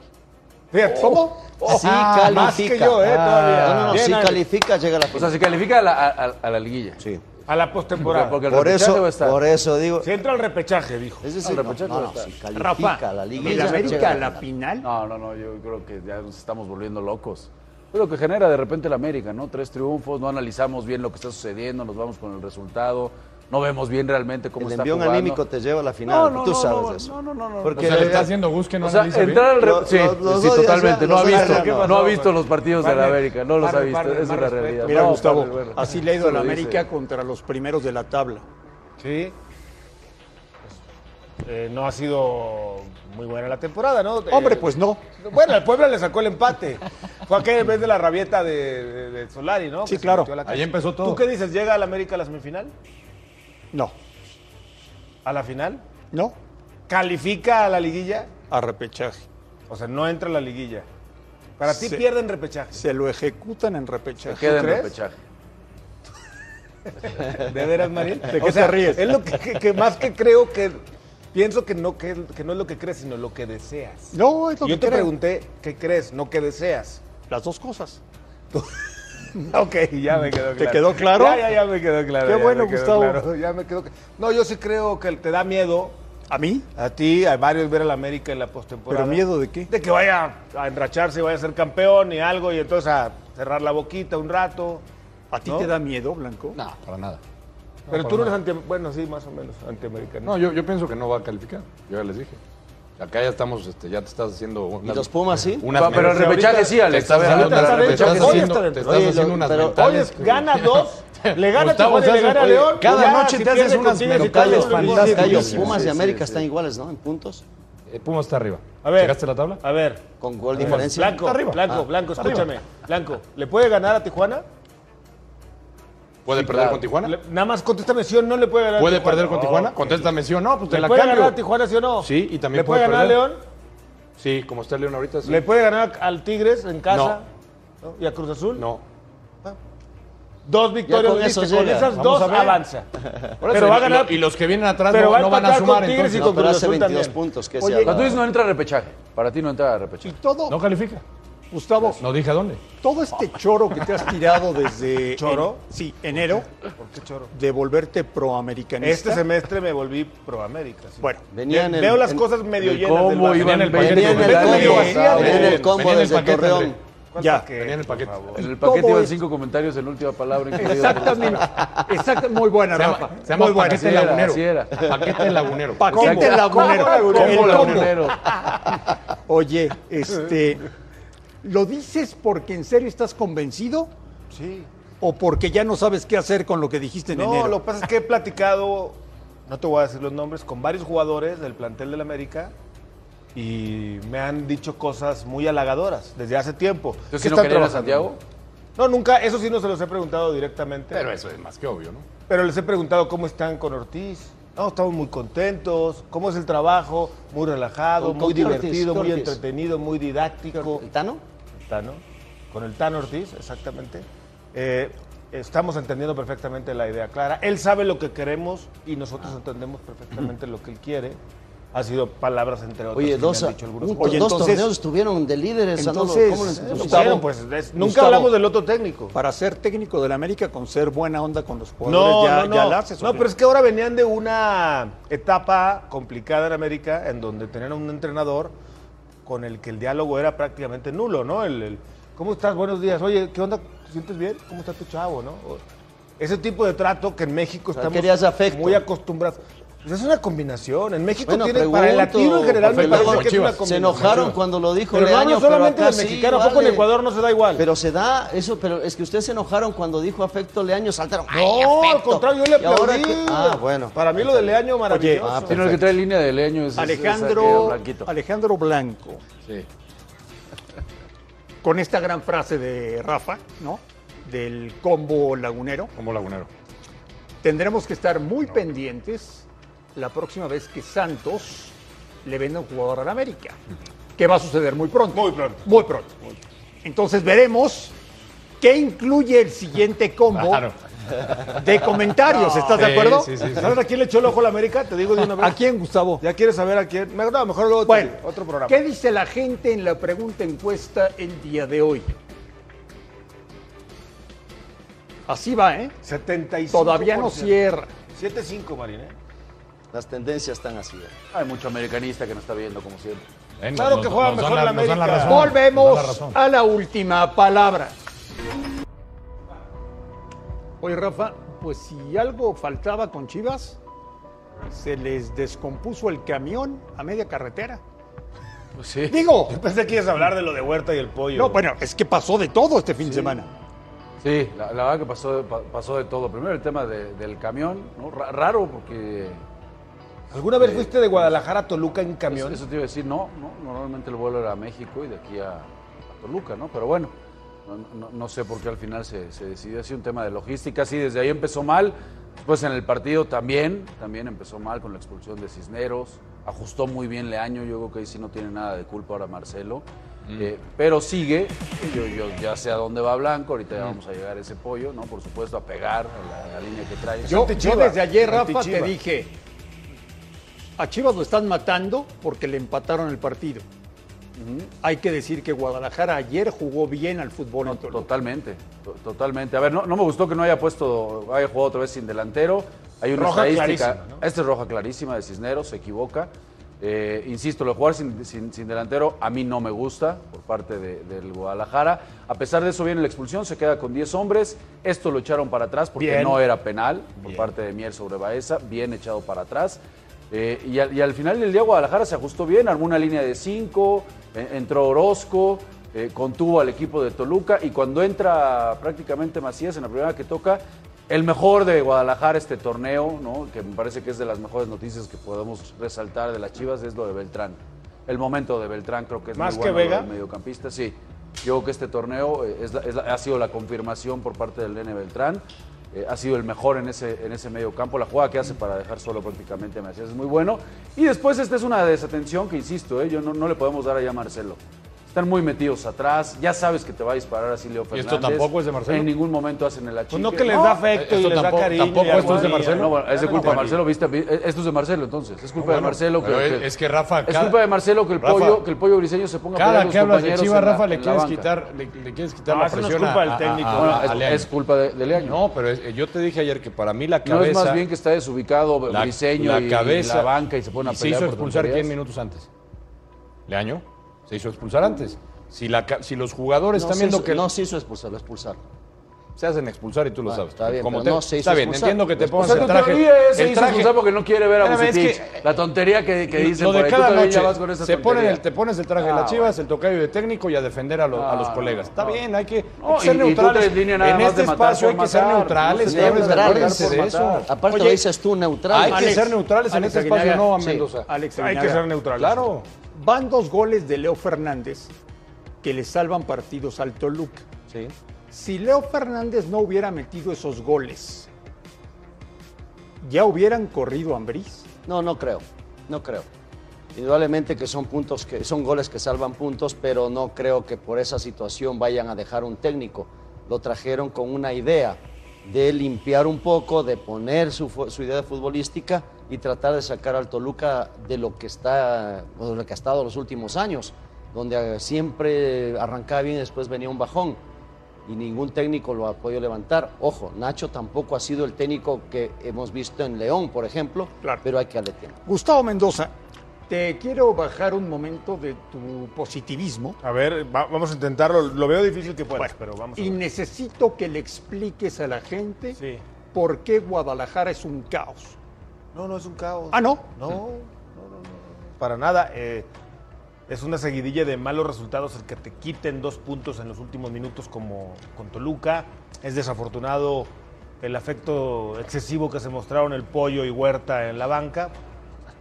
Speaker 4: Fíjate, ¿cómo?
Speaker 3: Oh,
Speaker 6: si
Speaker 4: Oh, Ah,
Speaker 6: califica. Ah.
Speaker 4: Más que yo, ¿eh? Todavía.
Speaker 6: No, no, no,
Speaker 4: Bien,
Speaker 6: si
Speaker 4: Alex.
Speaker 6: califica, llega a la
Speaker 5: O sea,
Speaker 6: final.
Speaker 5: se califica a la, a- a- a la liguilla.
Speaker 6: Sí.
Speaker 4: A la postemporada.
Speaker 5: Porque el
Speaker 6: Por
Speaker 5: repechaje
Speaker 6: eso,
Speaker 5: va a estar.
Speaker 6: por e- eso digo.
Speaker 4: Si entra al repechaje, dijo.
Speaker 6: Es
Speaker 5: el
Speaker 6: decir, no,
Speaker 5: repechaje
Speaker 6: no,
Speaker 5: va a
Speaker 6: no,
Speaker 5: estar.
Speaker 6: si califica
Speaker 3: Rafa,
Speaker 6: la Liga.
Speaker 3: ¿y el
Speaker 6: ya
Speaker 3: América
Speaker 6: llega.
Speaker 3: a la final?
Speaker 5: No, no, no, yo creo que ya nos estamos volviendo locos. Es lo que genera de repente el América, ¿no? Tres triunfos, no analizamos bien lo que está sucediendo, nos vamos con el resultado, no vemos bien realmente cómo
Speaker 6: El
Speaker 5: está
Speaker 6: envión
Speaker 5: jugando.
Speaker 6: anímico te lleva a la final. Tú sabes
Speaker 5: no,
Speaker 6: eso.
Speaker 5: No, no, no, no.
Speaker 7: O
Speaker 6: Porque
Speaker 7: sea, le está haciendo Gus que no
Speaker 5: o sea,
Speaker 7: analiza bien.
Speaker 5: entrar al re-
Speaker 6: Lo-
Speaker 5: sí,
Speaker 6: lo- los
Speaker 5: sí,
Speaker 6: odias,
Speaker 5: totalmente,
Speaker 6: ya,
Speaker 5: no ha
Speaker 6: los
Speaker 5: visto,
Speaker 6: odias, ya.
Speaker 5: no ha visto los partidos de la
Speaker 4: Barnett,
Speaker 5: América, no los ha
Speaker 4: Barnett,
Speaker 5: visto,
Speaker 4: Barnett,
Speaker 5: es
Speaker 4: más
Speaker 5: una
Speaker 4: respeto.
Speaker 5: realidad.
Speaker 4: Mira,
Speaker 5: No,
Speaker 4: Gustavo,
Speaker 5: Pablo, bueno.
Speaker 3: Así le ha ido a la
Speaker 5: Eso lo
Speaker 3: América
Speaker 5: dice.
Speaker 3: contra los primeros de la tabla.
Speaker 4: Sí. Eh, no ha sido muy buena la temporada, ¿no?
Speaker 3: Hombre,
Speaker 4: Eh,
Speaker 3: pues no.
Speaker 4: Bueno, al Puebla le sacó el empate. Fue aquel vez de la rabieta de, de- de Solari, ¿no?
Speaker 3: Sí,
Speaker 4: Que se
Speaker 3: claro.
Speaker 4: metió a la cancha.
Speaker 7: Ahí empezó todo.
Speaker 4: ¿Tú qué dices? ¿Llega al América a la semifinal?
Speaker 3: No.
Speaker 4: ¿A la final?
Speaker 3: No.
Speaker 4: ¿Califica a la liguilla?
Speaker 3: A repechaje.
Speaker 4: O sea, no entra a la liguilla. Para ti
Speaker 3: Sí.
Speaker 4: pierden repechaje.
Speaker 3: Se lo ejecutan en
Speaker 5: Se
Speaker 3: repechaje.
Speaker 5: queda en
Speaker 4: crees?
Speaker 5: repechaje.
Speaker 4: ¿De veras, Marín?
Speaker 3: ¿De qué te ríes?
Speaker 4: Es lo que, que- que más que creo que... Pienso que no, que, que no es lo que crees, sino lo que deseas.
Speaker 3: No, es lo
Speaker 4: Yo
Speaker 3: que
Speaker 4: te
Speaker 3: creo.
Speaker 4: pregunté qué crees, no qué deseas.
Speaker 3: Las dos cosas.
Speaker 4: Ok, ya me quedó claro.
Speaker 3: ¿Te quedó claro?
Speaker 4: Ya, ya, ya me quedó claro.
Speaker 3: Qué
Speaker 4: ya me
Speaker 3: bueno,
Speaker 4: quedó
Speaker 3: Gustavo.
Speaker 4: claro, ya me quedó cl- No, yo sí creo que te da miedo
Speaker 3: ¿A mí?
Speaker 4: a ti, a varios ver al América en la postemporada.
Speaker 3: ¿Pero miedo de qué?
Speaker 4: De que vaya a enracharse y vaya a ser campeón y algo y entonces a cerrar la boquita un rato.
Speaker 3: ¿A ti
Speaker 4: ¿No?
Speaker 3: te da miedo, Blanco?
Speaker 7: No, para nada.
Speaker 4: Pero tú no eres anti... Bueno, sí, más o menos, antiamericano.
Speaker 7: No, yo, yo pienso que no va a calificar. Yo ya les dije. Acá ya estamos, este, ya te estás haciendo
Speaker 6: ¿Y
Speaker 7: una,
Speaker 6: los Pumas sí?
Speaker 7: unas
Speaker 5: Va, pero el
Speaker 7: mensajes.
Speaker 5: repechaje sí, Alex.
Speaker 7: Te
Speaker 5: A ver,
Speaker 7: estás haciendo-
Speaker 5: ahorita
Speaker 7: te
Speaker 4: está
Speaker 7: estás haciendo- te
Speaker 4: dentro. Hoy está dentro.
Speaker 7: estás
Speaker 6: Oye,
Speaker 7: haciendo
Speaker 6: lo-
Speaker 7: unas
Speaker 6: pero-
Speaker 4: Oye,
Speaker 7: mentales. que-
Speaker 4: gana dos, le gana a
Speaker 7: Gustavo,
Speaker 4: Tijuana y
Speaker 7: se
Speaker 4: le
Speaker 7: hace-
Speaker 4: gana a
Speaker 7: oye,
Speaker 4: León.
Speaker 7: cada
Speaker 4: Ya,
Speaker 7: noche
Speaker 4: si
Speaker 7: te haces
Speaker 4: pierde
Speaker 7: unas
Speaker 4: contigo, si
Speaker 7: mentales
Speaker 4: pierde contigo,
Speaker 7: fantásticas.
Speaker 4: sí,
Speaker 6: Gallo,
Speaker 4: sí, sí.
Speaker 6: Pumas
Speaker 5: sí,
Speaker 6: y América
Speaker 5: sí,
Speaker 6: están
Speaker 5: sí.
Speaker 6: iguales, ¿no? En puntos.
Speaker 7: Eh, Pumas está arriba.
Speaker 4: A ver.
Speaker 7: ¿Llegaste a la tabla?
Speaker 4: A ver,
Speaker 6: Con gol
Speaker 4: Blanco,
Speaker 6: diferencia.
Speaker 4: Blanco, Blanco,
Speaker 6: Ah,
Speaker 4: Blanco, escúchame. Blanco, ¿le puede ganar a Tijuana?
Speaker 7: ¿Puede perder
Speaker 5: claro.
Speaker 7: con Tijuana?
Speaker 4: Le- nada más contéstame si o no le puede ganar. a
Speaker 7: ¿Puede
Speaker 4: Tijuana.
Speaker 7: perder con
Speaker 4: Oh,
Speaker 7: Tijuana?
Speaker 4: ok.
Speaker 7: Contéstame sí o no, pues te
Speaker 4: ¿Le
Speaker 7: la
Speaker 4: puede
Speaker 7: cambio.
Speaker 4: ganar a Tijuana sí o no?
Speaker 7: Sí, y también
Speaker 4: ¿Le puede,
Speaker 7: puede
Speaker 4: ganar a
Speaker 7: perder.
Speaker 4: León?
Speaker 7: Sí, como está León ahorita, sí.
Speaker 4: ¿Le puede ganar al Tigres en casa? ¿No? ¿Y a Cruz Azul?
Speaker 7: No.
Speaker 4: Dos victorias,
Speaker 6: con
Speaker 4: dijiste,
Speaker 6: eso
Speaker 4: con
Speaker 6: llega.
Speaker 4: esas
Speaker 7: Vamos
Speaker 4: dos
Speaker 7: a ver.
Speaker 4: avanza.
Speaker 7: Por eso,
Speaker 4: Pero va a
Speaker 7: y lo-
Speaker 4: ganar-
Speaker 7: Y los que vienen atrás
Speaker 4: pero
Speaker 7: no,
Speaker 4: va a
Speaker 7: no van a
Speaker 4: empatar con
Speaker 7: sumar,
Speaker 4: Tigres y
Speaker 7: entonces.
Speaker 4: con-
Speaker 6: No, pero
Speaker 4: Cruz
Speaker 6: hace
Speaker 4: Azul
Speaker 6: 22
Speaker 4: también.
Speaker 6: puntos. ¿Qué
Speaker 4: Oye,
Speaker 6: se
Speaker 5: Para tú
Speaker 6: habla?
Speaker 5: dices no entra a repechaje, para ti no entra a repechaje.
Speaker 3: Y todo,
Speaker 7: No califica.
Speaker 3: Gustavo,
Speaker 7: No dije a dónde.
Speaker 3: todo este choro que te has tirado desde...
Speaker 4: ¿Choro?
Speaker 3: en- sí, enero,
Speaker 4: ¿Por qué choro?
Speaker 3: de volverte proamericanista.
Speaker 4: Este semestre me volví pro América. sí.
Speaker 3: Bueno,
Speaker 6: Venía en el,
Speaker 4: Veo las
Speaker 6: en-
Speaker 4: cosas medio
Speaker 5: el
Speaker 4: llenas del
Speaker 5: combo,
Speaker 4: Barça.
Speaker 5: Iván,
Speaker 4: Venía en el
Speaker 5: veinte
Speaker 6: Venía en
Speaker 4: paquete.
Speaker 6: el,
Speaker 5: Venía
Speaker 4: Venía en el
Speaker 6: combo,
Speaker 4: paquete.
Speaker 5: paquete.
Speaker 6: venía en el combo
Speaker 7: Venía en el
Speaker 6: desde
Speaker 7: paquete,
Speaker 6: Torreón.
Speaker 7: André.
Speaker 3: ya.
Speaker 7: Venía en el paquete.
Speaker 5: En el
Speaker 3: todo
Speaker 5: paquete iban
Speaker 3: esto.
Speaker 5: cinco comentarios en última palabra. incluido.
Speaker 3: Exactamente. Exacto, muy buena,
Speaker 7: Se
Speaker 3: Rafa.
Speaker 7: llama, se llama
Speaker 3: muy buena.
Speaker 7: paquete
Speaker 5: Así era,
Speaker 7: lagunero.
Speaker 5: así era.
Speaker 7: Paquete lagunero.
Speaker 3: Paquete
Speaker 7: Exacto.
Speaker 3: lagunero.
Speaker 5: Combo
Speaker 3: El combo.
Speaker 5: lagunero.
Speaker 3: Oye, este, ¿lo dices porque en serio estás convencido
Speaker 4: Sí.
Speaker 3: o porque ya no sabes qué hacer con lo que dijiste en
Speaker 4: no,
Speaker 3: enero?
Speaker 4: lo que pasa es que he platicado, no te voy a decir los nombres, con varios jugadores del plantel del América y me han dicho cosas muy halagadoras desde hace tiempo.
Speaker 5: Entonces, si
Speaker 4: ¿Qué
Speaker 5: no
Speaker 4: están
Speaker 5: querían a
Speaker 4: trabajando?
Speaker 5: Santiago.
Speaker 4: No, nunca, eso sí no se los he preguntado directamente.
Speaker 7: Pero eso es más que obvio, ¿no?
Speaker 4: Pero les he preguntado cómo están con Ortiz. No, estamos muy contentos. ¿Cómo es el trabajo? Muy relajado,
Speaker 6: ¿Con-
Speaker 4: muy
Speaker 6: con qué Ortiz?
Speaker 4: divertido,
Speaker 6: ¿Qué
Speaker 4: muy
Speaker 6: Ortiz?
Speaker 4: entretenido, muy didáctico.
Speaker 6: ¿El Tano?
Speaker 4: Tano, con el Tano Ortiz, exactamente. Eh, estamos entendiendo perfectamente la idea clara. Él sabe lo que queremos y nosotros entendemos perfectamente lo que él quiere. Ha sido palabras entre otras.
Speaker 6: Oye,
Speaker 4: que Pues me
Speaker 6: dos,
Speaker 4: han dicho algunos
Speaker 6: un-
Speaker 4: jugadores.
Speaker 3: Oye,
Speaker 6: dos
Speaker 3: entonces-
Speaker 6: torneos estuvieron de líderes. ¿no?
Speaker 3: entonces,
Speaker 6: ¿Cómo les-
Speaker 3: eh,
Speaker 4: Bueno,
Speaker 3: Gustavo,
Speaker 4: pues, es- nunca
Speaker 3: Gustavo.
Speaker 4: hablamos del otro técnico.
Speaker 3: Para ser técnico del América con ser buena onda con los jugadores
Speaker 4: No,
Speaker 3: ya,
Speaker 4: no, no.
Speaker 3: ya la haces, ¿o
Speaker 4: No,
Speaker 3: qué?
Speaker 4: pero es que ahora venían de una etapa complicada en América en donde tenían un entrenador con el que el diálogo era prácticamente nulo, ¿no? El, el, ¿Cómo estás? Buenos días. Oye, ¿qué onda? ¿Te sientes bien? ¿Cómo está tu chavo, no? O- ese tipo de trato que en México
Speaker 6: sea,
Speaker 4: estamos
Speaker 6: querías afecto.
Speaker 4: muy acostumbrados. Pues es una combinación. En México
Speaker 6: Bueno,
Speaker 4: tiene para
Speaker 6: pregunto,
Speaker 4: el latino en general me
Speaker 6: perfecto.
Speaker 4: parece
Speaker 7: Como
Speaker 4: que es una
Speaker 7: Chivas.
Speaker 4: combinación.
Speaker 6: Se enojaron cuando lo dijo
Speaker 4: Pero no
Speaker 6: Leaño,
Speaker 4: hablo solamente
Speaker 6: pero acá
Speaker 4: del
Speaker 6: sí,
Speaker 4: mexicano, ¿a poco en
Speaker 6: vale.
Speaker 4: Ecuador no se da igual?
Speaker 6: Pero se da eso, pero es que ustedes se enojaron cuando dijo afecto Leaño, saltaron. ¡Ay,
Speaker 4: No, al
Speaker 6: afecto!
Speaker 4: contrario, yo
Speaker 6: Y
Speaker 4: le
Speaker 6: ahora
Speaker 4: aplaudí.
Speaker 6: que- Ah, bueno.
Speaker 4: Para mí lo de Leaño maravilloso.
Speaker 6: ah,
Speaker 5: Sino el que
Speaker 6: Perfecto.
Speaker 5: trae línea de leño es es- es aquel
Speaker 3: Alejandro,
Speaker 5: blanquito.
Speaker 3: Alejandro Blanco,
Speaker 7: Sí.
Speaker 3: con esta gran frase de Rafa, ¿no? Del combo lagunero.
Speaker 7: Como lagunero.
Speaker 3: Tendremos que estar muy pendientes la próxima vez que Santos le venda un jugador al América, que va a suceder muy pronto.
Speaker 4: Muy pronto.
Speaker 3: Muy pronto. Entonces veremos qué incluye el siguiente combo
Speaker 7: Claro.
Speaker 3: de comentarios. ¿Estás de
Speaker 7: Sí,
Speaker 3: acuerdo?
Speaker 7: sí, sí.
Speaker 4: ¿Sabes a quién le echó el ojo a la América? Te digo de una vez.
Speaker 3: ¿A quién, Gustavo?
Speaker 4: ¿Ya quieres saber a quién? Me- No, mejor luego te-
Speaker 3: Bueno,
Speaker 4: otro programa.
Speaker 3: ¿Qué dice la gente en la pregunta encuesta el día de hoy? Así va, ¿eh?
Speaker 4: 75%.
Speaker 3: Todavía no cierra.
Speaker 4: 7-5, Marín, ¿eh?
Speaker 6: Las tendencias están así.
Speaker 5: Hay mucho americanista que nos está viendo, como siempre.
Speaker 7: Eh,
Speaker 4: Claro que juega
Speaker 7: dan
Speaker 4: mejor la
Speaker 7: nos dan
Speaker 4: América. Ah,
Speaker 7: razón, nos dan la
Speaker 3: Volvemos
Speaker 7: razón.
Speaker 3: a la última palabra. Oye, Rafa, pues si algo faltaba con Chivas, se les descompuso el camión a media carretera.
Speaker 5: Pues sí.
Speaker 3: Digo,
Speaker 4: Pensé que ibas a hablar de lo de Huerta y el pollo.
Speaker 3: no, bueno, es que pasó de todo este fin de semana.
Speaker 5: Sí, la, la verdad que pasó, de- pa- pasó de todo. Primero el tema de- del camión, ¿no? Ra- Raro porque...
Speaker 4: ¿Alguna vez fuiste de Guadalajara a Toluca en
Speaker 5: Eso,
Speaker 4: camión?
Speaker 5: eso te iba a decir, no, no, normalmente el vuelo era a México y de aquí a, a Toluca, ¿no? Pero bueno, no, no- no sé por qué al final se, se decidió así, un tema de logística, sí, desde ahí empezó mal, pues en el partido también, también empezó mal con la expulsión de Cisneros, ajustó muy bien Leaño, yo creo que ahí sí no tiene nada de culpa ahora Marcelo, eh, pero sigue, yo, yo ya sé a dónde va Blanco, ahorita ya vamos a llegar a ese pollo, ¿no? Por supuesto, a pegar a la, a la línea que trae.
Speaker 3: Yo, yo
Speaker 4: Antichiva,
Speaker 3: desde ayer, Rafa, te
Speaker 4: antichiva.
Speaker 3: dije, a Chivas lo están matando porque le empataron el partido. Hay que decir que Guadalajara ayer jugó bien al fútbol
Speaker 5: No,
Speaker 3: en Toluca.
Speaker 5: totalmente, to- totalmente. A ver, no, no me gustó que no haya puesto, haya jugado otra vez sin delantero. Hay una
Speaker 4: Roja
Speaker 5: estadística.
Speaker 4: clarísima,
Speaker 5: Esta es roja clarísima de Cisneros, se equivoca. Eh, insisto, lo de jugar sin, sin- sin delantero a mí no me gusta por parte de- del Guadalajara. A pesar de eso viene la expulsión, se queda con 10 hombres. Esto lo echaron para atrás porque
Speaker 4: Bien.
Speaker 5: no era penal por parte de Mier sobre Baeza, bien echado para atrás. Eh, y, al, y al final del día Guadalajara se ajustó bien, armó una línea de 5, entró Orozco, eh, contuvo al equipo de Toluca y cuando entra prácticamente Macías en la primera que toca, el mejor de Guadalajara este torneo, ¿no? que me parece que es de las mejores noticias que podemos resaltar de las Chivas, es lo de Beltrán. El momento de Beltrán creo que es
Speaker 4: ¿Más
Speaker 5: muy
Speaker 4: que
Speaker 5: bueno,
Speaker 4: Vega?
Speaker 5: lo del mediocampista, sí. Yo creo que este torneo eh, es la- es la- ha sido la confirmación por parte del Nene Beltrán. Eh, ha sido el mejor en ese, en ese medio campo. La jugada que hace para dejar solo prácticamente a Macías es muy bueno. Y después esta es una desatención que, insisto, eh, yo no, no le podemos dar allá a Marcelo. Están muy metidos atrás. Ya sabes que te va a disparar así Leo
Speaker 7: ¿Y
Speaker 5: Fernández.
Speaker 7: esto tampoco es de Marcelo?
Speaker 5: En ningún momento hacen el achique.
Speaker 4: Pues no que les da afecto y
Speaker 7: esto
Speaker 4: les da
Speaker 7: tampoco-
Speaker 4: cariño.
Speaker 7: tampoco
Speaker 4: y
Speaker 7: esto es de
Speaker 4: armonía.
Speaker 7: Marcelo.
Speaker 5: No, bueno, es de culpa de
Speaker 4: Juan.
Speaker 5: Marcelo, viste. eh, Esto es de Marcelo, entonces. Es culpa
Speaker 7: bueno,
Speaker 5: de Marcelo.
Speaker 7: pero es- es que Rafa,
Speaker 5: Es
Speaker 7: cada-
Speaker 5: culpa de Marcelo que el
Speaker 7: Rafa,
Speaker 5: pollo, que el pollo briseño se ponga a pelear
Speaker 7: Cada
Speaker 5: a
Speaker 7: que
Speaker 5: los
Speaker 7: hablas de
Speaker 5: compañeros
Speaker 7: Chivas,
Speaker 5: en la-
Speaker 7: Rafa, le
Speaker 5: en la
Speaker 7: quieres,
Speaker 5: banca.
Speaker 7: quitar, le, le quieres quitar
Speaker 4: No,
Speaker 7: la
Speaker 4: Ah, eso no es
Speaker 7: presión
Speaker 4: culpa
Speaker 7: a-
Speaker 4: del
Speaker 7: a-
Speaker 4: técnico.
Speaker 7: a- a-
Speaker 5: Bueno,
Speaker 7: a
Speaker 5: es,
Speaker 7: Leaño.
Speaker 5: es culpa de, de Leaño.
Speaker 7: No, pero es- yo te dije ayer que para mí la cabeza...
Speaker 5: No es más bien que está desubicado
Speaker 7: la,
Speaker 5: Briseño
Speaker 7: la
Speaker 5: y-
Speaker 7: cabeza,
Speaker 5: y la banca y se ponen a
Speaker 7: y
Speaker 5: pelear
Speaker 7: Se hizo
Speaker 5: por
Speaker 7: expulsar
Speaker 5: tonterías.
Speaker 7: 10 minutos antes. Leaño se hizo expulsar antes. Si, la, ca- si los jugadores están
Speaker 6: se
Speaker 7: viendo
Speaker 6: hizo-
Speaker 7: que
Speaker 6: no se hizo expulsar, lo expulsaron.
Speaker 7: se hacen expulsar y tú lo
Speaker 5: Ah,
Speaker 6: Bueno,
Speaker 7: sabes.
Speaker 6: está bien,
Speaker 7: Como
Speaker 6: pero
Speaker 7: te-
Speaker 6: no se hizo
Speaker 7: está bien,
Speaker 6: expulsar.
Speaker 7: entiendo que te
Speaker 5: O
Speaker 7: pongas
Speaker 5: sea,
Speaker 7: el
Speaker 5: tu
Speaker 7: traje.
Speaker 5: teoría es se
Speaker 7: el
Speaker 5: hizo
Speaker 7: traje-
Speaker 5: expulsar porque no quiere ver a
Speaker 7: Espérame, es
Speaker 5: Bucetich.
Speaker 7: que-
Speaker 5: la tontería que, que dicen
Speaker 7: lo
Speaker 5: por
Speaker 7: de
Speaker 5: ahí. Tú
Speaker 7: cada
Speaker 5: todavía
Speaker 7: noche
Speaker 5: ya vas con esa
Speaker 7: se ponen
Speaker 5: tontería.
Speaker 7: el- te pones el traje de
Speaker 5: Ah,
Speaker 7: las chivas, el tocayo de técnico y a defender a, lo- a los
Speaker 5: Ah,
Speaker 7: colegas. Está
Speaker 5: no.
Speaker 7: bien, hay que,
Speaker 5: No,
Speaker 7: hay que
Speaker 5: y-
Speaker 7: ser
Speaker 5: y tú
Speaker 7: neutrales.
Speaker 5: tres líneas nada
Speaker 7: en
Speaker 5: más
Speaker 7: este
Speaker 5: de matar
Speaker 7: espacio hay
Speaker 5: por
Speaker 7: que ser
Speaker 5: matar. No
Speaker 7: neutrales,
Speaker 5: se
Speaker 7: señores,
Speaker 5: puede matar por
Speaker 7: acuérdense de
Speaker 5: matar.
Speaker 7: eso.
Speaker 6: Aparte
Speaker 3: Oye,
Speaker 6: lo dices tú, neutral.
Speaker 7: Hay que
Speaker 3: Alex,
Speaker 7: ser neutrales en
Speaker 3: Alex
Speaker 7: este espacio,
Speaker 3: Aguinaga,
Speaker 7: no a
Speaker 6: sí.
Speaker 7: Mendoza.
Speaker 3: Alex
Speaker 4: Hay que
Speaker 3: Aguinaga.
Speaker 4: ser neutrales.
Speaker 7: Claro.
Speaker 3: Van dos goles de Leo Fernández que le salvan partidos al Toluca.
Speaker 6: Sí.
Speaker 3: Si Leo Fernández no hubiera metido esos goles, ¿ya hubieran corrido a Ambriz?
Speaker 6: No, no creo. No creo. Indudablemente que son puntos que son goles que salvan puntos, pero no creo que por esa situación vayan a dejar un técnico. Lo trajeron con una idea de limpiar un poco, de poner su, fu- su idea futbolística y tratar de sacar al Toluca de lo que está o de lo que ha estado los últimos años, donde eh, siempre arrancaba bien y después venía un bajón y ningún técnico lo ha podido levantar. Ojo, Nacho tampoco ha sido el técnico que hemos visto en León, por ejemplo,
Speaker 3: Claro.
Speaker 6: pero hay que darle tiempo.
Speaker 3: Gustavo Mendoza, te quiero bajar un momento de tu positivismo
Speaker 4: A ver, va- vamos a intentarlo. Lo veo difícil que puedas, pero vamos a
Speaker 3: y
Speaker 4: ver.
Speaker 3: necesito que le expliques a la gente
Speaker 4: Sí.
Speaker 3: por qué Guadalajara es un caos.
Speaker 4: No, no es un caos.
Speaker 3: Ah, ¿no?
Speaker 4: No, no, no, no, no. Para nada. eh, es una seguidilla de malos resultados el que te quiten dos puntos en los últimos minutos como con Toluca. Es desafortunado el afecto excesivo que se mostraron el Pollo y Huerta en la banca.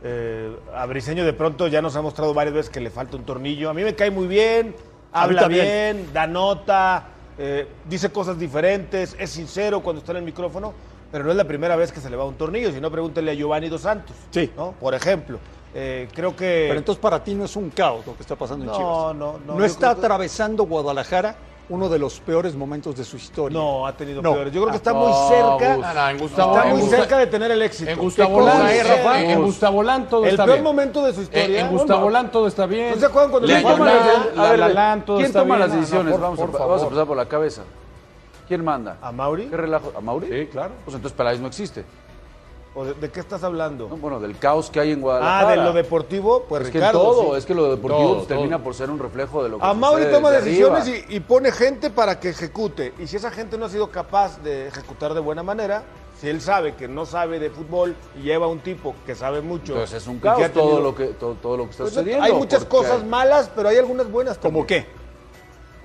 Speaker 4: Eh, a Briseño de pronto ya nos ha mostrado varias veces que le falta un tornillo. A mí me cae muy bien,
Speaker 3: A mí
Speaker 4: habla
Speaker 3: también.
Speaker 4: bien, bien, da nota, eh, dice cosas diferentes, es sincero cuando está en el micrófono, pero no es la primera vez que se le va un tornillo, si no pregúntele a Giovanni Dos Santos,
Speaker 3: Sí.
Speaker 4: ¿no? Por ejemplo, Eh, creo que...
Speaker 3: Pero entonces para ti no es un caos lo que está pasando en
Speaker 4: No,
Speaker 3: Chivas.
Speaker 4: no, no,
Speaker 3: No
Speaker 4: yo
Speaker 3: está
Speaker 4: creo que-
Speaker 3: atravesando Guadalajara uno de los peores momentos de su historia.
Speaker 4: no, ha tenido
Speaker 3: No. Ah,
Speaker 4: peores. Yo creo que está
Speaker 5: Ah, No,
Speaker 4: muy cerca,
Speaker 5: Gus.
Speaker 7: No, no, en Gustavo-
Speaker 4: está
Speaker 7: en
Speaker 4: muy
Speaker 7: Gusta-
Speaker 4: cerca de tener el éxito.
Speaker 7: En Gustavo
Speaker 4: ¿Qué
Speaker 7: Lán,
Speaker 4: cosa es, Rafa?
Speaker 7: en- en Gustavo Lán todo
Speaker 4: el
Speaker 7: está
Speaker 4: peor
Speaker 7: bien.
Speaker 4: momento de su historia.
Speaker 7: En, en Gustavo Lán todo está bien.
Speaker 4: ¿No se acuerdan cuando
Speaker 7: Le
Speaker 4: le
Speaker 5: ¿Quién
Speaker 4: Juan
Speaker 5: toma
Speaker 4: Lán,
Speaker 5: las- a ver,
Speaker 7: la, la, Lán, todo
Speaker 5: ¿quién
Speaker 7: está
Speaker 5: toma
Speaker 7: bien?
Speaker 5: las decisiones?
Speaker 7: No, no, por-
Speaker 5: vamos, a-
Speaker 7: por
Speaker 5: vamos a
Speaker 7: favor.
Speaker 5: empezar por la cabeza. ¿Quién manda?
Speaker 4: ¿A Mauri?
Speaker 5: ¿Qué relajo? ¿A Mauri?
Speaker 7: Sí, claro.
Speaker 5: Pues entonces Peláez no existe.
Speaker 4: ¿O de, de qué estás hablando?
Speaker 5: ¿no? Bueno, del caos que hay en
Speaker 4: ah,
Speaker 5: Guadalajara.
Speaker 4: de lo deportivo, pues
Speaker 5: Es que en
Speaker 4: Ricardo.
Speaker 5: todo,
Speaker 4: sí.
Speaker 5: es que lo deportivo
Speaker 7: Todo,
Speaker 5: pues, termina
Speaker 7: todo.
Speaker 5: por ser un reflejo de lo que
Speaker 4: A Mauri
Speaker 5: sucede
Speaker 4: toma
Speaker 5: desde
Speaker 4: decisiones
Speaker 5: arriba.
Speaker 4: y, y pone gente para que ejecute. Y si esa gente no ha sido capaz de ejecutar de buena manera, si él sabe que no sabe de fútbol y lleva a un tipo que sabe mucho.
Speaker 5: Entonces Pues es un
Speaker 4: y
Speaker 5: caos
Speaker 4: que ha
Speaker 5: todo,
Speaker 4: tenido-
Speaker 5: lo que, todo, todo lo que está
Speaker 4: Pues,
Speaker 5: sucediendo.
Speaker 4: hay muchas
Speaker 5: porque-
Speaker 4: cosas malas, pero hay algunas buenas.
Speaker 3: ¿Cómo
Speaker 4: también.
Speaker 3: qué?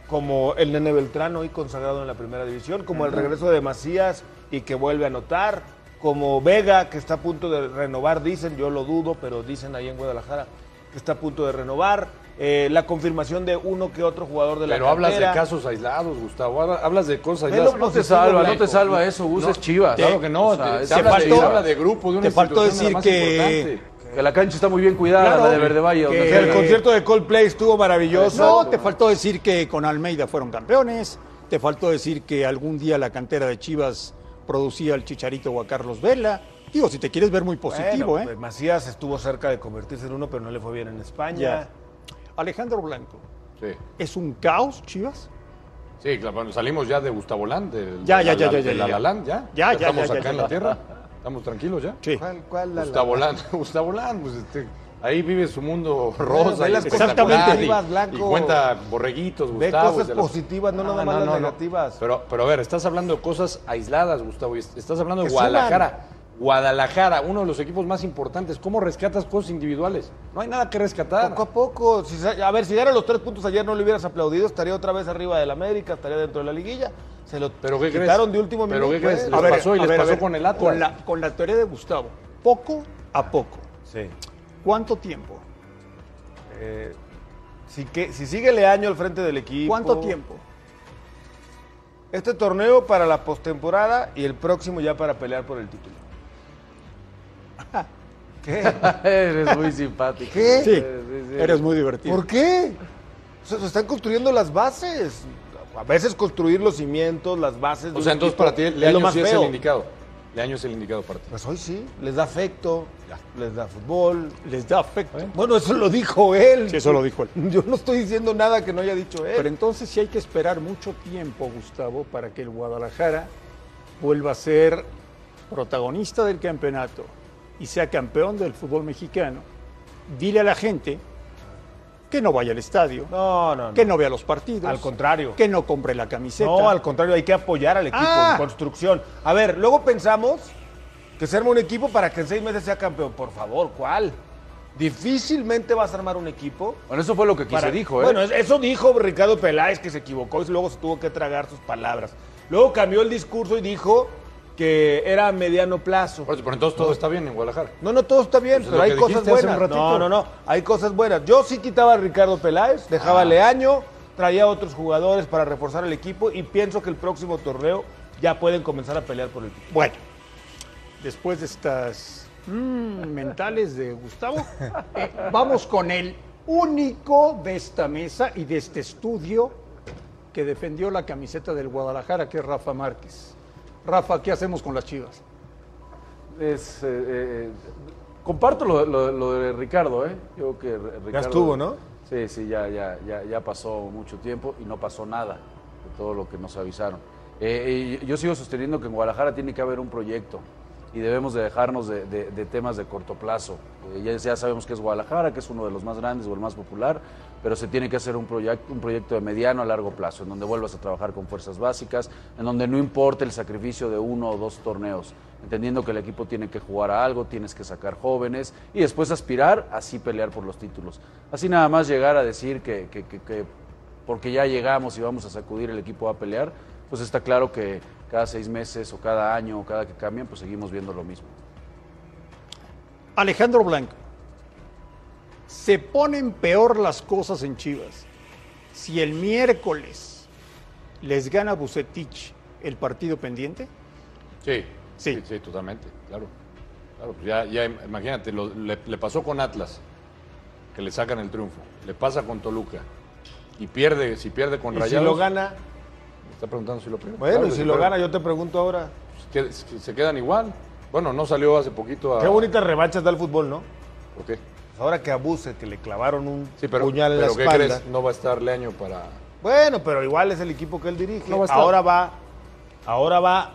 Speaker 4: Como el Nene Beltrán hoy consagrado en la primera división, como el regreso de Macías y que vuelve a anotar, como Vega que está a punto de renovar, dicen, yo lo dudo, pero dicen ahí en Guadalajara que está a punto de renovar, eh, la confirmación de uno que otro jugador de la
Speaker 7: Pero hablas de
Speaker 4: cantera.
Speaker 7: casos aislados, Gustavo. habla- Hablas de cosas
Speaker 4: Ve lo
Speaker 7: aisladas.
Speaker 5: No te salva, no te salva eso, Gus,
Speaker 7: No,
Speaker 5: es Chivas.
Speaker 7: Claro que no.
Speaker 5: O sea,
Speaker 7: te- se
Speaker 5: es- se
Speaker 7: habla, de,
Speaker 5: faltó-
Speaker 7: se habla de grupo, de una
Speaker 6: te faltó
Speaker 7: institución de la
Speaker 6: decir
Speaker 7: más
Speaker 6: que-
Speaker 7: importante.
Speaker 5: Que la cancha está muy bien cuidada,
Speaker 4: Claro,
Speaker 5: la de Verde Valle. donde
Speaker 4: que
Speaker 5: sea.
Speaker 4: el concierto de Coldplay estuvo maravilloso.
Speaker 3: No, te faltó decir que con Almeida fueron campeones, te faltó decir que algún día la cantera de Chivas producía al Chicharito o a Carlos Vela. Digo, si te quieres ver muy positivo,
Speaker 4: Bueno,
Speaker 3: ¿eh?
Speaker 4: pues, Macías estuvo cerca de convertirse en uno, pero no le fue bien en España.
Speaker 3: Ya. Alejandro Blanco,
Speaker 7: Sí.
Speaker 3: ¿es un caos, Chivas?
Speaker 7: Sí, claro, bueno, salimos ya de Gustavo Land, del-
Speaker 3: Ya,
Speaker 7: de
Speaker 3: ya,
Speaker 7: la-
Speaker 3: ya, ya,
Speaker 7: de
Speaker 3: ya,
Speaker 7: la
Speaker 3: ya.
Speaker 7: La Land, ya.
Speaker 3: Ya, ya,
Speaker 7: Estamos
Speaker 3: ya, ya,
Speaker 7: acá en
Speaker 3: ya.
Speaker 7: la tierra, estamos tranquilos ya.
Speaker 3: Sí.
Speaker 6: ¿Cuál, cuál la-
Speaker 7: Gustavo Land, Gustavo Land, pues este, ahí vive su mundo rosa.
Speaker 4: ve
Speaker 7: y
Speaker 4: las
Speaker 3: cosas
Speaker 7: espectacular,
Speaker 4: positivas,
Speaker 7: y-
Speaker 4: Blanco.
Speaker 7: Y, cuenta borreguitos,
Speaker 4: Ve
Speaker 7: Gustavo.
Speaker 4: cosas
Speaker 7: y de las-
Speaker 4: positivas, no, nada más las negativas.
Speaker 7: Pero, pero a ver, estás hablando de cosas aisladas, Gustavo, y est- estás hablando de
Speaker 4: Que
Speaker 7: Guadalajara. Guadalajara, uno de los equipos más importantes. ¿Cómo rescatas cosas individuales? No hay nada que rescatar.
Speaker 4: Poco a poco, si sa- a ver, si llegaran los tres puntos ayer no le hubieras aplaudido, estaría otra vez arriba del América, estaría dentro de la liguilla. Se lo
Speaker 7: ¿Pero qué crees?
Speaker 4: quitaron de último
Speaker 7: ¿Pero
Speaker 4: minuto.
Speaker 7: qué crees?
Speaker 4: ¿eh?
Speaker 7: Les pasó y les pasó con el Atlas.
Speaker 3: Con la, con la teoría de Gustavo, poco a poco.
Speaker 4: Sí.
Speaker 3: ¿Cuánto tiempo?
Speaker 4: Eh, si, que, si sigue Leaño al frente del equipo.
Speaker 3: ¿Cuánto tiempo?
Speaker 4: Este torneo para la postemporada y el próximo ya para pelear por el título. ¿Qué?
Speaker 5: Eres muy simpático.
Speaker 4: ¿Qué?
Speaker 3: Sí,
Speaker 5: sí, sí.
Speaker 3: eres muy divertido.
Speaker 4: ¿Por qué? Se, se están construyendo las bases. A veces construir los cimientos, las bases. de
Speaker 7: O sea,
Speaker 4: un
Speaker 7: entonces
Speaker 4: equipo
Speaker 7: para ti,
Speaker 4: es
Speaker 7: Leaño
Speaker 4: lo más
Speaker 7: sí es
Speaker 4: feo.
Speaker 7: el indicado. Leaño es el indicado para ti.
Speaker 4: Pues hoy sí, les da afecto, les da fútbol.
Speaker 3: Les da afecto.
Speaker 4: Bueno, eso lo dijo él.
Speaker 3: Sí, eso lo dijo él.
Speaker 4: Yo no estoy diciendo nada que no haya dicho él.
Speaker 3: Pero entonces sí hay que esperar mucho tiempo, Gustavo, para que el Guadalajara vuelva a ser protagonista del campeonato y sea campeón del fútbol mexicano. Dile a la gente que no vaya al estadio,
Speaker 4: no, no, no.
Speaker 3: que no vea los partidos,
Speaker 4: Al contrario.
Speaker 3: que no compre la camiseta.
Speaker 4: No, al contrario, hay que apoyar al equipo
Speaker 3: Ah.
Speaker 4: en construcción. A ver, luego pensamos que se arma un equipo para que en seis meses sea campeón. Por favor, ¿cuál? Difícilmente vas a armar un equipo.
Speaker 5: Bueno, eso fue lo que aquí
Speaker 4: para-
Speaker 5: se dijo, ¿eh?
Speaker 4: Bueno, es- eso dijo Ricardo Peláez que se equivocó y luego se tuvo que tragar sus palabras. Luego cambió el discurso y dijo que era a mediano plazo.
Speaker 7: Por
Speaker 3: Pues,
Speaker 7: eso, Pero entonces todo está bien en Guadalajara.
Speaker 4: No, no, todo está bien,
Speaker 7: Pues es
Speaker 4: pero
Speaker 7: lo
Speaker 4: hay
Speaker 7: que
Speaker 4: cosas
Speaker 7: dijiste hace
Speaker 4: buenas.
Speaker 7: un ratito.
Speaker 4: No, no, no, hay cosas buenas. Yo sí quitaba a Ricardo Peláez,
Speaker 5: Ah.
Speaker 4: dejaba a Leaño, traía a otros jugadores para reforzar el equipo y pienso que el próximo torneo ya pueden comenzar a pelear por el título.
Speaker 3: Bueno, después de estas mm, mentales de Gustavo, eh, vamos con el único de esta mesa y de este estudio que defendió la camiseta del Guadalajara, que es Rafa Márquez. Rafa, ¿qué hacemos con las chivas?
Speaker 5: Es, eh, eh, comparto lo, lo- lo de Ricardo, ¿eh? Yo creo que Re- Ricardo,
Speaker 4: estuvo, ¿no?
Speaker 5: Sí, sí, ya, ya, ya, ya pasó mucho tiempo y no pasó nada de todo lo que nos avisaron. Eh, y yo sigo sosteniendo que en Guadalajara tiene que haber un proyecto y debemos de dejarnos de, de- de temas de corto plazo. Eh, ya, ya sabemos que es Guadalajara, que es uno de los más grandes o el más popular, pero se tiene que hacer un, proyecto un proyecto de mediano a largo plazo, en donde vuelvas a trabajar con fuerzas básicas, en donde no importe el sacrificio de uno o dos torneos, entendiendo que el equipo tiene que jugar a algo, tienes que sacar jóvenes y después aspirar, así pelear por los títulos. Así nada más llegar a decir que, que- que- que porque ya llegamos y vamos a sacudir el equipo a pelear, pues está claro que cada seis meses o cada año o cada que cambien, pues seguimos viendo lo mismo.
Speaker 3: Alejandro Blanco, se ponen peor las cosas en Chivas. Si el miércoles les gana Bucetich el partido pendiente,
Speaker 7: Sí,
Speaker 3: Sí.
Speaker 7: sí, sí, totalmente, claro. Claro, pues ya, ya im- imagínate, lo- le, le pasó con Atlas, que le sacan el triunfo, le pasa con Toluca y pierde, si pierde con
Speaker 4: Y si
Speaker 7: Rayados.
Speaker 4: lo gana,
Speaker 7: Me Está preguntando si lo pierde.
Speaker 4: bueno,
Speaker 7: Claro
Speaker 4: y
Speaker 7: que
Speaker 4: si lo
Speaker 7: pierde.
Speaker 4: gana, yo te pregunto ahora.
Speaker 7: Pues que- es que se quedan igual. Bueno, no salió hace poquito a.
Speaker 4: Qué bonitas revanchas da el fútbol, ¿no?
Speaker 7: ¿Por qué?
Speaker 4: Pues ahora que abuse, que le clavaron un
Speaker 7: Sí, pero,
Speaker 4: puñal en la
Speaker 7: pero ¿qué
Speaker 4: espalda.
Speaker 7: crees? No va a estar Leaño para.
Speaker 4: Bueno, pero igual es el equipo que él dirige.
Speaker 7: No va a estar.
Speaker 4: ahora va Ahora va.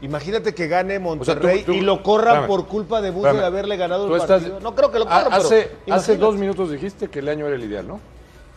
Speaker 4: Imagínate que gane
Speaker 7: O sea, tú-
Speaker 4: Monterrey
Speaker 7: tú-
Speaker 4: y lo corran
Speaker 7: espérame,
Speaker 4: por culpa de Bucio
Speaker 7: espérame.
Speaker 4: de haberle ganado
Speaker 7: Tú
Speaker 4: el
Speaker 7: estás-
Speaker 4: partido. No creo que lo
Speaker 7: Ha-
Speaker 4: corran,
Speaker 7: hace,
Speaker 4: pero
Speaker 7: hace
Speaker 4: imagínate.
Speaker 7: dos minutos dijiste que el año era el ideal, ¿no?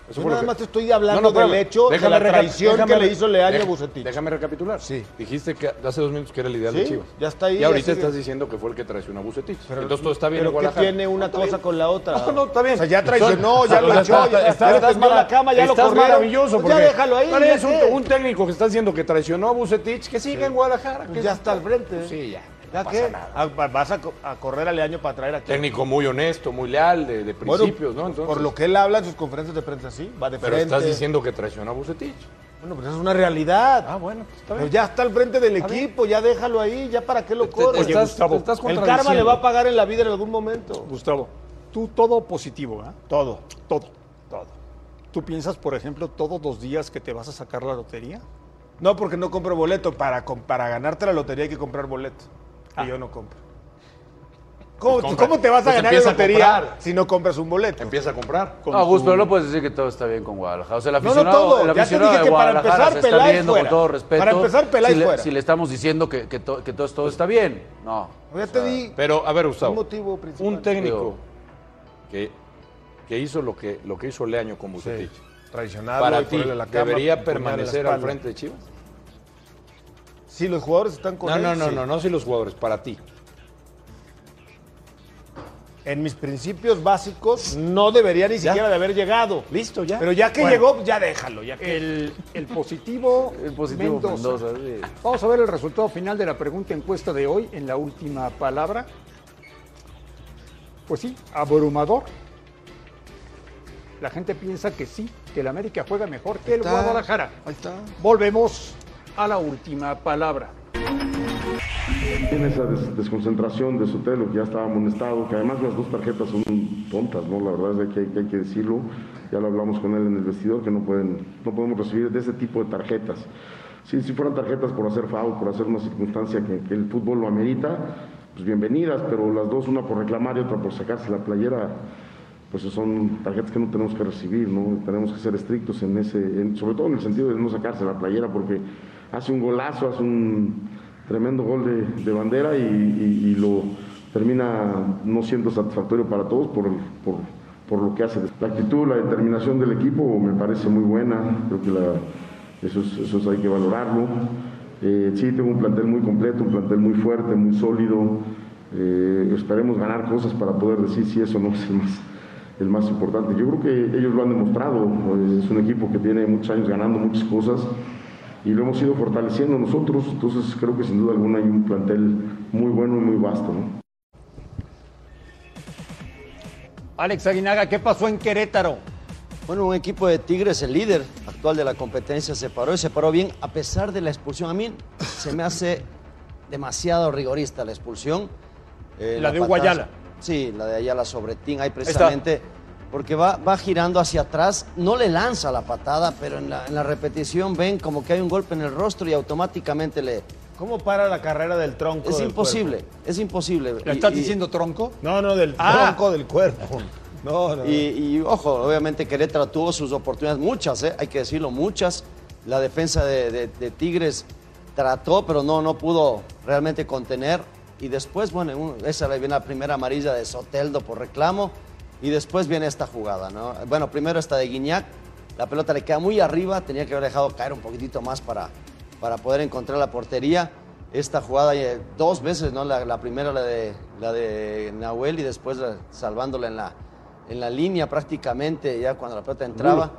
Speaker 7: Eso
Speaker 4: Yo
Speaker 7: fue lo
Speaker 4: nada
Speaker 7: que-
Speaker 4: más te estoy hablando
Speaker 7: espérame.
Speaker 4: del hecho de la
Speaker 7: reca-
Speaker 4: traición
Speaker 7: déjame
Speaker 4: que le
Speaker 7: re-
Speaker 4: hizo Leaño a
Speaker 7: deja-
Speaker 4: Vucetich.
Speaker 7: Déjame recapitular.
Speaker 4: Sí.
Speaker 7: Dijiste que hace dos minutos que era el ideal
Speaker 4: Sí,
Speaker 7: de Chivas.
Speaker 4: ya está ahí,
Speaker 7: Y ahorita
Speaker 4: ya sigue.
Speaker 7: estás diciendo que fue el que traicionó a Bucetich. Entonces todo está bien. en
Speaker 4: Pero ¿qué
Speaker 7: Guadalajara.
Speaker 4: tiene una
Speaker 7: Está
Speaker 4: cosa
Speaker 7: bien.
Speaker 4: con la otra?
Speaker 7: No, no, está bien.
Speaker 4: O sea, ya traicionó, ya lo
Speaker 7: Entonces,
Speaker 4: echó,
Speaker 7: está-
Speaker 4: ya-
Speaker 7: está-
Speaker 4: ya
Speaker 7: estás
Speaker 4: estás mal
Speaker 7: mala-
Speaker 4: la cama, ya lo
Speaker 7: estás
Speaker 4: corrieron.
Speaker 7: maravilloso.
Speaker 4: Pues ya
Speaker 7: porque
Speaker 4: déjalo ahí,
Speaker 7: no
Speaker 4: ya
Speaker 7: eres un,
Speaker 4: sé.
Speaker 7: un técnico que está diciendo que traicionó a Bucetich, que sigue en Guadalajara.
Speaker 4: Pues
Speaker 7: que-
Speaker 4: ya está al frente.
Speaker 7: Sí, ya.
Speaker 4: ¿Ya
Speaker 7: no
Speaker 4: qué?
Speaker 7: pasa nada.
Speaker 4: Ah, va- Vas a, co- a correr a Leaño para traer a quién.
Speaker 7: Técnico muy honesto, muy leal, de, de
Speaker 4: Bueno,
Speaker 7: principios, ¿no? Entonces,
Speaker 4: por lo que él habla en sus conferencias de prensa, sí, va de
Speaker 7: pero
Speaker 4: frente.
Speaker 7: estás diciendo que traicionó a Bucetich.
Speaker 4: Bueno, pero esa es una realidad.
Speaker 7: Ah, bueno, pues está bien. Este,
Speaker 4: Pero ya está al frente del equipo, ya déjalo ahí, ya para qué lo
Speaker 7: Te-
Speaker 4: corre.
Speaker 7: te estás- te estás
Speaker 4: el karma
Speaker 7: contradiciendo.
Speaker 4: le va a pagar en la vida en algún momento.
Speaker 3: Gustavo, tú todo positivo, ¿ah?
Speaker 4: Todo,
Speaker 3: Todo.
Speaker 4: todo.
Speaker 3: ¿Tú piensas, por ejemplo, todos los días que te vas a sacar la lotería?
Speaker 4: No, porque no compro boleto. Para, com- para ganarte la lotería hay que comprar boleto.
Speaker 3: Ah.
Speaker 4: Y yo no compro. ¿Cómo,
Speaker 7: compra.
Speaker 4: cómo te vas a
Speaker 7: Pues
Speaker 4: ganar la
Speaker 7: empieza a
Speaker 4: lotería
Speaker 7: comprar.
Speaker 4: si no compras un boleto?
Speaker 7: Empieza a comprar.
Speaker 3: Con
Speaker 5: No, Gus,
Speaker 3: tu-
Speaker 5: pero no puedes decir que todo está bien con Guadalajara. O sea, el
Speaker 4: no
Speaker 5: aficionado,
Speaker 4: todo.
Speaker 5: el
Speaker 4: Ya te
Speaker 5: aficionado
Speaker 4: dije
Speaker 5: de
Speaker 4: que para
Speaker 5: Guadalajara
Speaker 4: empezar,
Speaker 5: se está
Speaker 4: Peláez
Speaker 5: viendo
Speaker 4: fuera.
Speaker 5: con todo respeto.
Speaker 4: Para empezar, Peláez
Speaker 5: si le,
Speaker 4: fuera.
Speaker 5: si le estamos diciendo que, que, to- que todo, todo está bien. No.
Speaker 4: Ya te di
Speaker 7: Pero, a ver,
Speaker 4: un
Speaker 7: Gustavo,
Speaker 4: motivo principal.
Speaker 7: un técnico que, que hizo lo que, lo que hizo Leaño con Bucetich,
Speaker 4: Traicionado y
Speaker 7: para ti,
Speaker 4: ponerle la cama,
Speaker 7: ¿debería
Speaker 4: puñal en la
Speaker 7: permanecer
Speaker 4: espalda.
Speaker 7: al frente de Chivas?
Speaker 4: Si los jugadores están con
Speaker 7: No,
Speaker 4: él,
Speaker 7: no, no,
Speaker 4: sí.
Speaker 7: no, no si los jugadores, para ti.
Speaker 4: En mis principios básicos no debería ni siquiera de haber llegado.
Speaker 7: Listo, ya.
Speaker 4: Pero ya que
Speaker 3: Bueno.
Speaker 4: llegó, ya déjalo. Ya que...
Speaker 3: El, el positivo,
Speaker 5: El positivo
Speaker 3: Mendoza.
Speaker 5: Mendoza, sí.
Speaker 3: Vamos a ver el resultado final de la pregunta encuesta de hoy en la última palabra. Pues sí, abrumador. La gente piensa que sí, que el América juega mejor que el Guadalajara. Ahí está. Volvemos a la última palabra.
Speaker 8: Tiene esa des- desconcentración de Sotelo, que ya estaba amonestado, que además las dos tarjetas son tontas, ¿no? La verdad es de que hay que, hay que decirlo. Ya lo hablamos con él en el vestidor, que no, pueden, no podemos recibir de ese tipo de tarjetas. Sí, si fueran tarjetas por hacer foul, por hacer una circunstancia que, que el fútbol lo amerita, pues bienvenidas, pero las dos, una por reclamar y otra por sacarse la playera, pues son tarjetas que no tenemos que recibir, ¿no? Tenemos que ser estrictos en ese, en- sobre todo en el sentido de no sacarse la playera, porque hace un golazo, hace un tremendo gol de, de bandera y, y- y lo termina no siendo satisfactorio para todos por, por, por lo que hace. La actitud, la determinación del equipo me parece muy buena, creo que la, eso, es- eso es- hay que valorarlo. Eh, sí, tengo un plantel muy completo, un plantel muy fuerte, muy sólido. Eh, esperemos ganar cosas para poder decir si eso no es el más, el más importante. Yo creo que ellos lo han demostrado. eh, Es un equipo que tiene muchos años ganando muchas cosas y lo hemos ido fortaleciendo nosotros. Entonces creo que sin duda alguna hay un plantel muy bueno y muy vasto. ¿no?
Speaker 3: Alex Aguinaga, ¿qué pasó en Querétaro?
Speaker 6: Bueno, un equipo de Tigres, el líder actual de la competencia, se paró y se paró bien a pesar de la expulsión. A mí se me hace demasiado rigorista la expulsión. Eh,
Speaker 3: La de
Speaker 6: patada-
Speaker 3: Hugo Ayala.
Speaker 6: Sí, la de Ayala sobre Tim. Ahí precisamente porque va, va girando hacia atrás, no le lanza la patada, pero en la, en la repetición ven como que hay un golpe en el rostro y automáticamente le...
Speaker 4: ¿Cómo para la carrera del tronco?
Speaker 6: Es
Speaker 4: del
Speaker 6: imposible, es imposible.
Speaker 3: ¿La
Speaker 6: Y-
Speaker 3: estás
Speaker 6: y-
Speaker 3: diciendo tronco?
Speaker 4: cuerpo? No, no, del
Speaker 3: Ah.
Speaker 4: tronco del cuerpo. No, no.
Speaker 6: Y, y, ojo, obviamente Querétaro tuvo sus oportunidades, muchas, ¿eh? hay que decirlo, muchas. La defensa de, de- de Tigres trató, pero no, no pudo realmente contener. Y después, bueno, un- esa le viene la primera amarilla de Soteldo por reclamo. Y después viene esta jugada, ¿no? Bueno, primero esta de Guiñac. La pelota le queda muy arriba, tenía que haber dejado caer un poquitito más para, para poder encontrar la portería. Esta jugada eh, dos veces, ¿no? La, la primera la de, la de Nahuel y después la- salvándola en la, en la línea prácticamente, ya cuando la pelota entraba.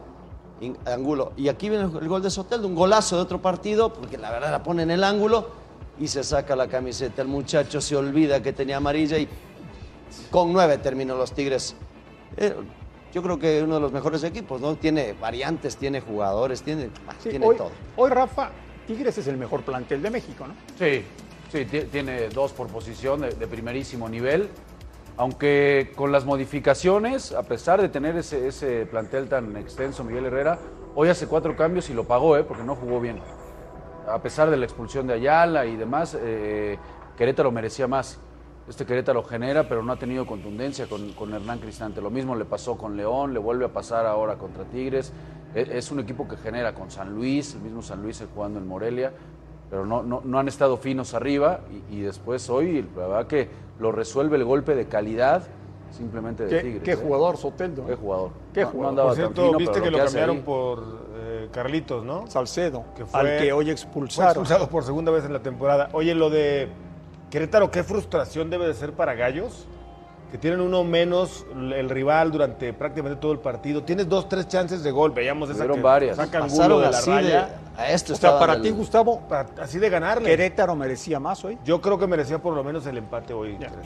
Speaker 6: in- Ángulo. Y aquí viene el gol de Soteldo, un golazo de otro partido, porque la verdad la pone en el ángulo y se saca la camiseta. El muchacho se olvida que tenía amarilla y con nueve terminó los Tigres. Eh, yo creo que uno de los mejores equipos, ¿no? Tiene variantes, tiene jugadores, tiene, ah,
Speaker 3: Sí,
Speaker 6: tiene
Speaker 3: hoy,
Speaker 6: todo.
Speaker 3: hoy, Rafa, Tigres es el mejor plantel de México, ¿no?
Speaker 5: Sí, sí, ti- tiene dos por posición de, de primerísimo nivel. Aunque con las modificaciones, a pesar de tener ese, ese plantel tan extenso, Miguel Herrera, hoy hace cuatro cambios y lo pagó, ¿eh? porque no jugó bien. A pesar de la expulsión de Ayala y demás, eh, Querétaro merecía más. Este Querétaro genera, pero no ha tenido contundencia con, con Hernán Cristante. Lo mismo le pasó con León, le vuelve a pasar ahora contra Tigres. E- Es, un equipo que genera con San Luis, el mismo San Luis eh, jugando en Morelia. pero no, no, no han estado finos arriba y, y después hoy, la verdad que lo resuelve el golpe de calidad simplemente de
Speaker 3: ¿Qué,
Speaker 5: Tigres.
Speaker 3: qué
Speaker 5: ¿eh?
Speaker 3: jugador, Soteldo?
Speaker 5: Qué jugador.
Speaker 3: Qué
Speaker 5: No- no
Speaker 3: jugador.
Speaker 5: andaba
Speaker 4: Por
Speaker 5: tan
Speaker 4: cierto,
Speaker 5: fino,
Speaker 4: viste
Speaker 5: pero
Speaker 4: que lo
Speaker 5: hace
Speaker 4: cambiaron
Speaker 5: ahí-
Speaker 4: por eh, Carlitos, ¿no?
Speaker 9: Salcedo,
Speaker 4: Que fue-
Speaker 9: al que hoy
Speaker 4: Fue
Speaker 9: expulsaron.
Speaker 4: expulsado por segunda vez en la temporada. Oye, lo de Querétaro, qué frustración debe de ser para Gallos, que tienen uno menos el rival durante prácticamente todo el partido. Tienes dos, tres chances de gol, veíamos esa
Speaker 5: Tuvieron
Speaker 4: que
Speaker 5: varias.
Speaker 4: saca Angulo
Speaker 6: Pasaron
Speaker 4: de la
Speaker 6: así de,
Speaker 4: raya.
Speaker 6: a esto
Speaker 9: O sea,
Speaker 6: estaba
Speaker 9: para
Speaker 6: del-
Speaker 9: ti, Gustavo,
Speaker 4: para- así de ganarle.
Speaker 9: Querétaro merecía más hoy.
Speaker 4: Yo creo que merecía por lo menos el empate hoy. Querétaro.